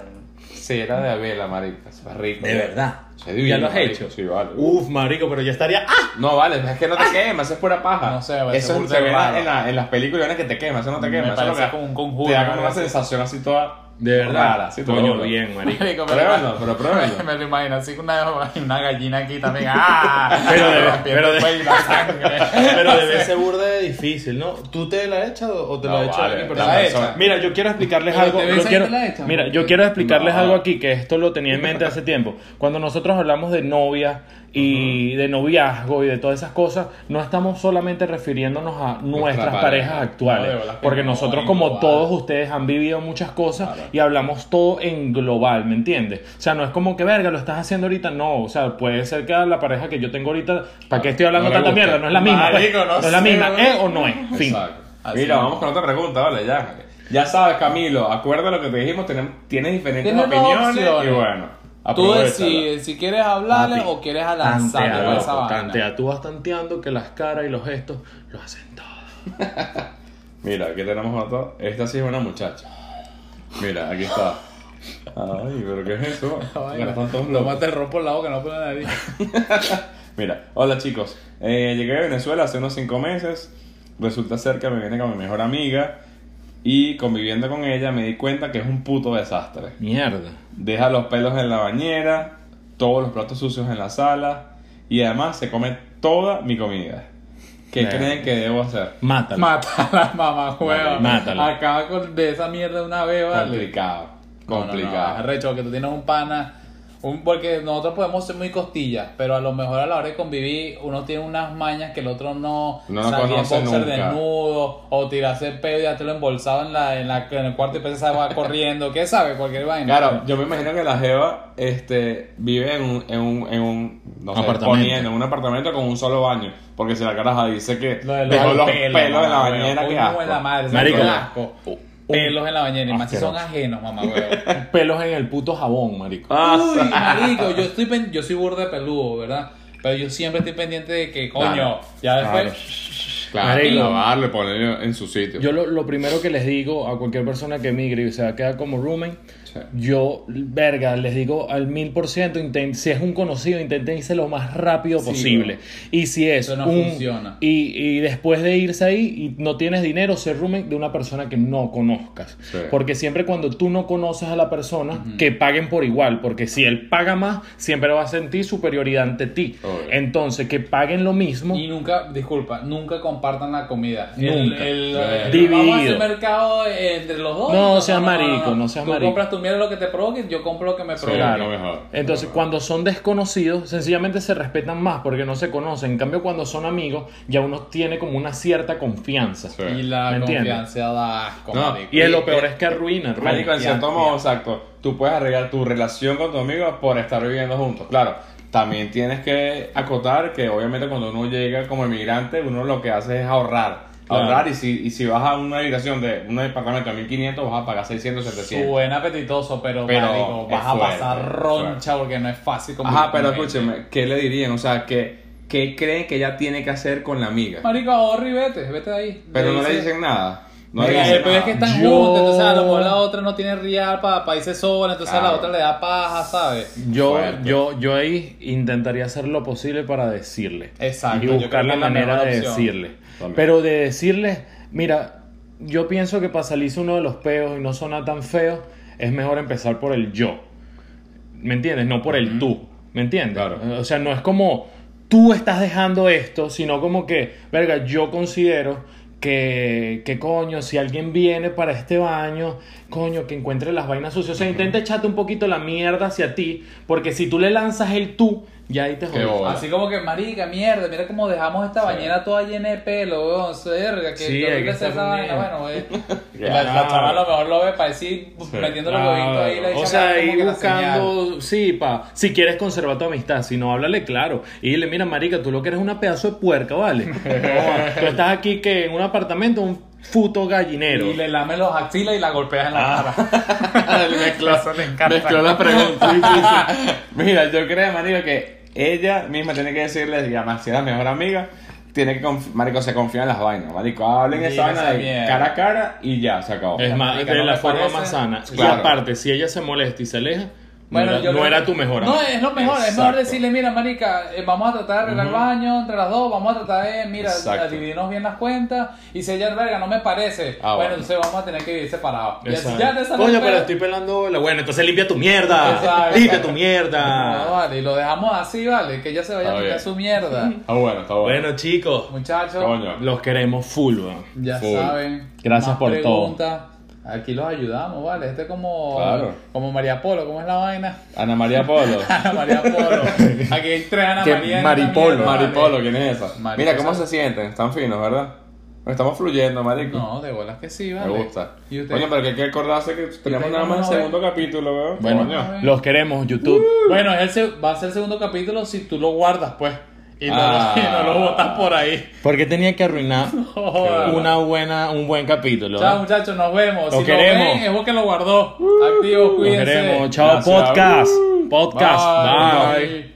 S2: cera de avela, marico, eso es rico.
S1: De verdad.
S2: Eso es divino,
S1: ya lo has
S2: marico.
S1: hecho.
S2: Sí, vale.
S1: Uf, marico, pero ya estaría. ¡Ah!
S2: No, vale, es que no te quemas, es pura paja.
S3: No sé, me parece
S2: eso es-
S3: burda
S2: se ve
S3: raro.
S2: en, la- en las películas ¿no? que te quemas, eso no te
S3: Me
S2: quema. eso es lo que-
S3: parece como un conjuro,
S2: Te da como
S3: algo
S2: una
S3: así.
S2: sensación así toda
S1: De verdad.
S2: rara. así
S1: Coño,
S2: toda-
S1: bien, marico.
S3: Marico, pero-
S2: Pruébalo, pero pruébalo.
S3: Me lo imagino así una, una gallina aquí también. ¡Ah!
S1: Pero de-
S3: Rompiendo
S1: pero de-
S3: el cuello y la sangre.
S1: Pero debe ser burda de difícil, ¿no? ¿Tú te la echas o te
S2: No,
S1: la echas
S2: vale,
S1: alguien por
S2: te
S1: la
S2: la
S1: mano?
S2: echas.
S1: Mira, yo quiero explicarles
S3: Pero
S1: algo.
S3: te ves
S1: yo
S3: ahí
S1: quiero-
S3: te la echas,
S1: mira,
S3: ¿no?
S1: yo quiero explicarles
S2: No.
S1: algo aquí que esto lo tenía en mente hace tiempo. Cuando nosotros hablamos de novia y de noviazgo y de todas esas cosas, no estamos solamente refiriéndonos a nuestras
S2: pareja.
S1: parejas actuales,
S3: No, de verdad que
S1: porque
S3: no,
S1: nosotros
S3: en
S1: como
S3: global.
S1: todos ustedes han vivido muchas cosas y hablamos todo en global, ¿me entiendes? O sea, no es como que verga, lo estás haciendo ahorita, no, o sea, puede ser que a la pareja que yo tengo ahorita, ¿para qué estoy hablando
S2: No le
S1: tanta
S2: gusta.
S1: mierda? No es la misma, pues.
S3: Marico, no
S1: no es la
S3: sé,
S1: misma,
S3: weón.
S1: ¿eh o no es? Fin.
S2: Exacto.
S3: Así
S2: Mira,
S3: mismo.
S2: vamos con otra pregunta, vale, ya. Ya sabes, Camilo, acuerda lo que te dijimos, tenemos- tienes diferentes
S3: Tienes dos
S2: opiniones
S3: opciones.
S2: y bueno,
S3: Tú
S2: aprovechala.
S3: decides si quieres hablarle
S1: Papi,
S3: o quieres
S1: Tantea,
S3: lanzarle
S1: loco,
S3: esa vaina.
S1: tantea. Tú vas tanteando que las caras y los gestos lo hacen todo.
S2: Mira, aquí tenemos otra. Esta sí es una muchacha. Mira, aquí está. Ay, pero ¿qué es eso?
S3: Ay,
S2: Mira, están todos
S3: Lo
S2: locos.
S3: más te rompo el lado que no puedo nariz.
S2: Mira, hola chicos. Eh, llegué a Venezuela hace unos 5 meses. Resulta ser que me viene con mi mejor amiga. Y conviviendo con ella me di cuenta que es un puto desastre.
S1: Mierda.
S2: Deja los pelos en la bañera, todos los platos sucios en la sala. Y además se come toda mi comida. ¿Qué
S1: Nah.
S2: creen que debo hacer?
S1: Mátalo.
S3: Mátala, mamá, hueva.
S1: Mátala.
S3: Acaba con, de esa mierda una vez, vale.
S2: Complicado. Complicado.
S3: No, no, no, arrecho, que tú tienes un pana. Un, porque nosotros podemos ser muy costillas, pero a lo mejor a la hora de convivir, uno tiene unas mañas que el otro no.
S2: No lo
S3: Salir en
S2: conoce
S3: boxer
S2: nunca.
S3: desnudo, o tirarse el pedo y dártelo embolsado en, la, en, la, en el cuarto y pensar va corriendo, ¿qué sabe? Cualquier vaina.
S2: Claro, yo me imagino que la Jeva este, vive en un, en un, en un no sé,
S1: Apartamento.
S2: poniendo, en un apartamento con un solo baño. Porque si la caraja dice que
S3: Lo de
S2: dejó los pelos, en la
S3: mamá,
S2: bañera,
S3: huevo.
S2: que
S3: Coño
S2: asco.
S3: en la madre,
S1: Marico.
S3: qué asco. Pelos en la bañera, y más si son
S1: Asqueroso.
S3: ajenos, mamá, huevo.
S1: Pelos en el puto jabón, marico.
S2: Ah,
S3: Uy, marico, yo estoy pen- yo soy burda de peludo, ¿verdad? Pero yo siempre estoy pendiente de que, coño,
S2: Claro.
S3: ya después.
S2: claro,
S1: Marico.
S2: lavarle, ponerlo en su sitio.
S1: Yo lo, lo primero que les digo a cualquier persona que emigre y se va a quedar como roommate,
S2: Sí.
S1: yo, verga, les digo al mil por ciento, inten- si es un conocido, intenten irse lo más rápido posible. Y si es
S3: Eso no
S1: un-
S3: funciona.
S1: Y, y después de irse ahí y no tienes dinero, ser roommate de una persona que no conozcas.
S2: Sí.
S1: Porque siempre cuando tú no conoces a la persona, que paguen por igual, porque si él paga más, siempre va a sentir superioridad ante ti.
S2: Obvio.
S1: Entonces, que paguen lo mismo.
S3: Y nunca, disculpa, nunca compartan la comida.
S1: Nunca.
S3: El, el,
S2: Sí.
S3: el- Vamos a hacer
S1: Dividido.
S3: mercado entre los dos.
S1: No seas marico, no seas
S3: Tú
S1: marico.
S3: compras tu mierda lo que te provoque, yo compro lo que me provoque.
S1: Claro.
S2: lo mejor,
S1: Entonces,
S2: lo mejor.
S1: cuando son desconocidos, sencillamente se respetan más porque no se conocen. En cambio, cuando son amigos, ya uno tiene como una cierta confianza.
S2: Sí.
S3: Y la
S1: ¿Me entiendes?
S3: confianza da asco,
S2: No,
S3: marico.
S1: Y es lo peor es que arruina. arruina.
S2: Marico, en cierto modo, exacto. Tú puedes arreglar tu relación con tu amigo por estar viviendo juntos. Claro, también tienes que acotar que obviamente cuando uno llega como emigrante, uno lo que hace es ahorrar. ahorrar y si, y si vas a una habitación de un departamento de 1500 vas a pagar 600, 700.
S3: Suena apetitoso, pero,
S2: pues, Pero
S3: marico, vas
S2: es
S3: a
S2: fuerte,
S3: pasar
S2: es
S3: roncha porque no es fácil. convivir
S2: Ajá, pero
S3: con gente.
S2: escúcheme, ¿qué le dirían? O sea, ¿qué, qué creen que ella tiene que hacer con la amiga?
S3: Marico, ahorra y vete, vete de ahí.
S2: Pero no le
S3: dice-
S2: dicen nada. No
S3: Pero
S2: le
S3: es
S2: dicen
S3: que- pero es que
S2: nada.
S3: están
S1: Yo-
S3: juntos, entonces a lo mejor la otra no tiene real para irse sola, entonces a la
S2: Claro.
S3: otra le da paja, ¿sabes?
S1: Yo,
S2: Fuerte.
S1: yo, yo ahí intentaría hacer lo posible para decirle.
S3: Exacto,
S1: Y
S3: yo creo
S1: buscar
S3: que
S1: la
S3: es la
S1: manera
S3: mejor
S1: de
S3: opción.
S1: decirle.
S2: También.
S1: Pero de decirle, mira, yo pienso que para salirse uno de los peos y no sonar tan feo, es mejor empezar por el yo. ¿Me entiendes? No por el tú. ¿Me entiendes?
S2: Claro.
S1: O sea, no es como tú estás dejando esto, sino como que, verga, yo considero que, que coño, si alguien viene para este baño, coño, que encuentre las vainas sucias. O sea, intenta echarte un poquito la mierda hacia ti, porque si tú le lanzas el tú, ya ahí te
S2: Qué
S1: jodiste.
S2: bobo.
S3: Así como que, marica, mierda, mira cómo dejamos esta bañera toda llena de pelo, weón, verga, que
S1: Sí, hay
S3: yo creo
S1: que
S3: que hacer esa
S1: estar
S3: vaina,
S1: unido.
S3: bueno, eh.
S2: Ya,
S3: la, la
S2: claro.
S3: chava a lo mejor lo ve para decir, metiendo los huevitos ahí, le
S1: Ah, o
S3: echa
S1: sea,
S3: más como
S1: ahí
S3: que la señal.
S1: buscando, sí, pa, si quieres conservar tu amistad, si no, háblale claro. Y dile, mira, marica, tú lo que eres es una pedazo de puerca, ¿vale? No, tú estás aquí que en un apartamento, un puto gallinero.
S3: Y le lame los axilas y la golpeas en la
S1: Ah.
S3: cara.
S2: mezcló,
S3: Eso le encanta.
S2: mezcló la pregunta. Sí, sí, sí. Mira, yo creo, marico, que ella misma tiene que decirle, y además si es la mejor amiga, tiene que, conf- marico, se confía en las vainas, marico, hablen esa
S3: Diga
S2: vaina
S3: esa
S2: de
S3: mierda.
S2: cara a cara y ya, se acabó.
S1: Es más,
S3: marica,
S1: de
S3: no
S1: la
S3: me
S1: forma
S3: parece.
S1: más sana. Y
S2: Claro.
S1: aparte, si ella se molesta y se aleja, no, era,
S3: yo
S1: no
S3: creo-
S1: era tu mejor
S3: No,
S1: amigo.
S3: es lo mejor. Es
S2: Exacto.
S3: mejor decirle, mira, marica, eh, vamos a tratar de arreglar el baño entre las dos, vamos a tratar de, mira,
S2: Exacto.
S3: a dividirnos bien las cuentas. Y si ella, verga, no me parece,
S2: Ah,
S3: bueno,
S2: bueno.
S3: entonces vamos a tener que vivir separados. Y así
S1: Exacto.
S3: ya te sale
S1: Coño,
S3: el
S1: pero
S3: pelo.
S1: estoy pelando la Bueno, entonces limpia tu mierda.
S3: Exacto.
S1: Limpia tu
S3: No,
S1: mierda.
S3: vale, y lo dejamos así, vale, que ella se vaya
S2: Está
S3: a quitar
S2: bien.
S3: su mierda.
S2: Está Ah, bueno, está bueno.
S1: Bueno, chicos,
S3: Muchachos,
S2: Coño.
S1: los queremos full, weón.
S3: ya
S2: Full.
S3: saben.
S1: Gracias
S3: más
S1: por todo.
S3: preguntas. Aquí los ayudamos, vale. Este es como,
S2: Claro.
S3: como María Polo, ¿cómo es la vaina?
S2: Ana María Polo.
S3: Ana María Polo. Aquí hay tres Ana
S1: Que
S3: María. en esta
S1: Maripolo,
S3: mierda, vale.
S2: Maripolo, ¿quién es esa?
S3: Marico,
S2: Mira, ¿cómo
S3: ¿sabes?
S2: se sienten? Están finos, ¿verdad? Estamos fluyendo, marico.
S3: No, de bolas que sí,
S2: Me
S3: vale.
S2: gusta.
S3: ¿Y usted?
S2: Oye, pero que hay que acordarse que tenemos
S3: ustedes
S2: nada más el
S3: vamos a ver?
S2: segundo capítulo, weón.
S1: Bueno,
S2: Coño.
S1: los queremos, YouTube.
S3: Bueno, es el se- va a ser el segundo capítulo si tú lo guardas, pues. Y no,
S2: Ah.
S3: y no lo botas por ahí.
S1: ¿Por qué tenía que arruinar
S3: Joder.
S1: una buena, un buen capítulo?
S3: Chao,
S1: eh?
S3: muchachos, nos vemos.
S1: Lo
S3: si
S1: queremos.
S3: lo ven, es vos que lo guardó. Activo,
S1: Los
S3: cuídense.
S1: queremos. Chao,
S2: Gracias.
S1: podcast. Podcast. Bye.
S3: Bye.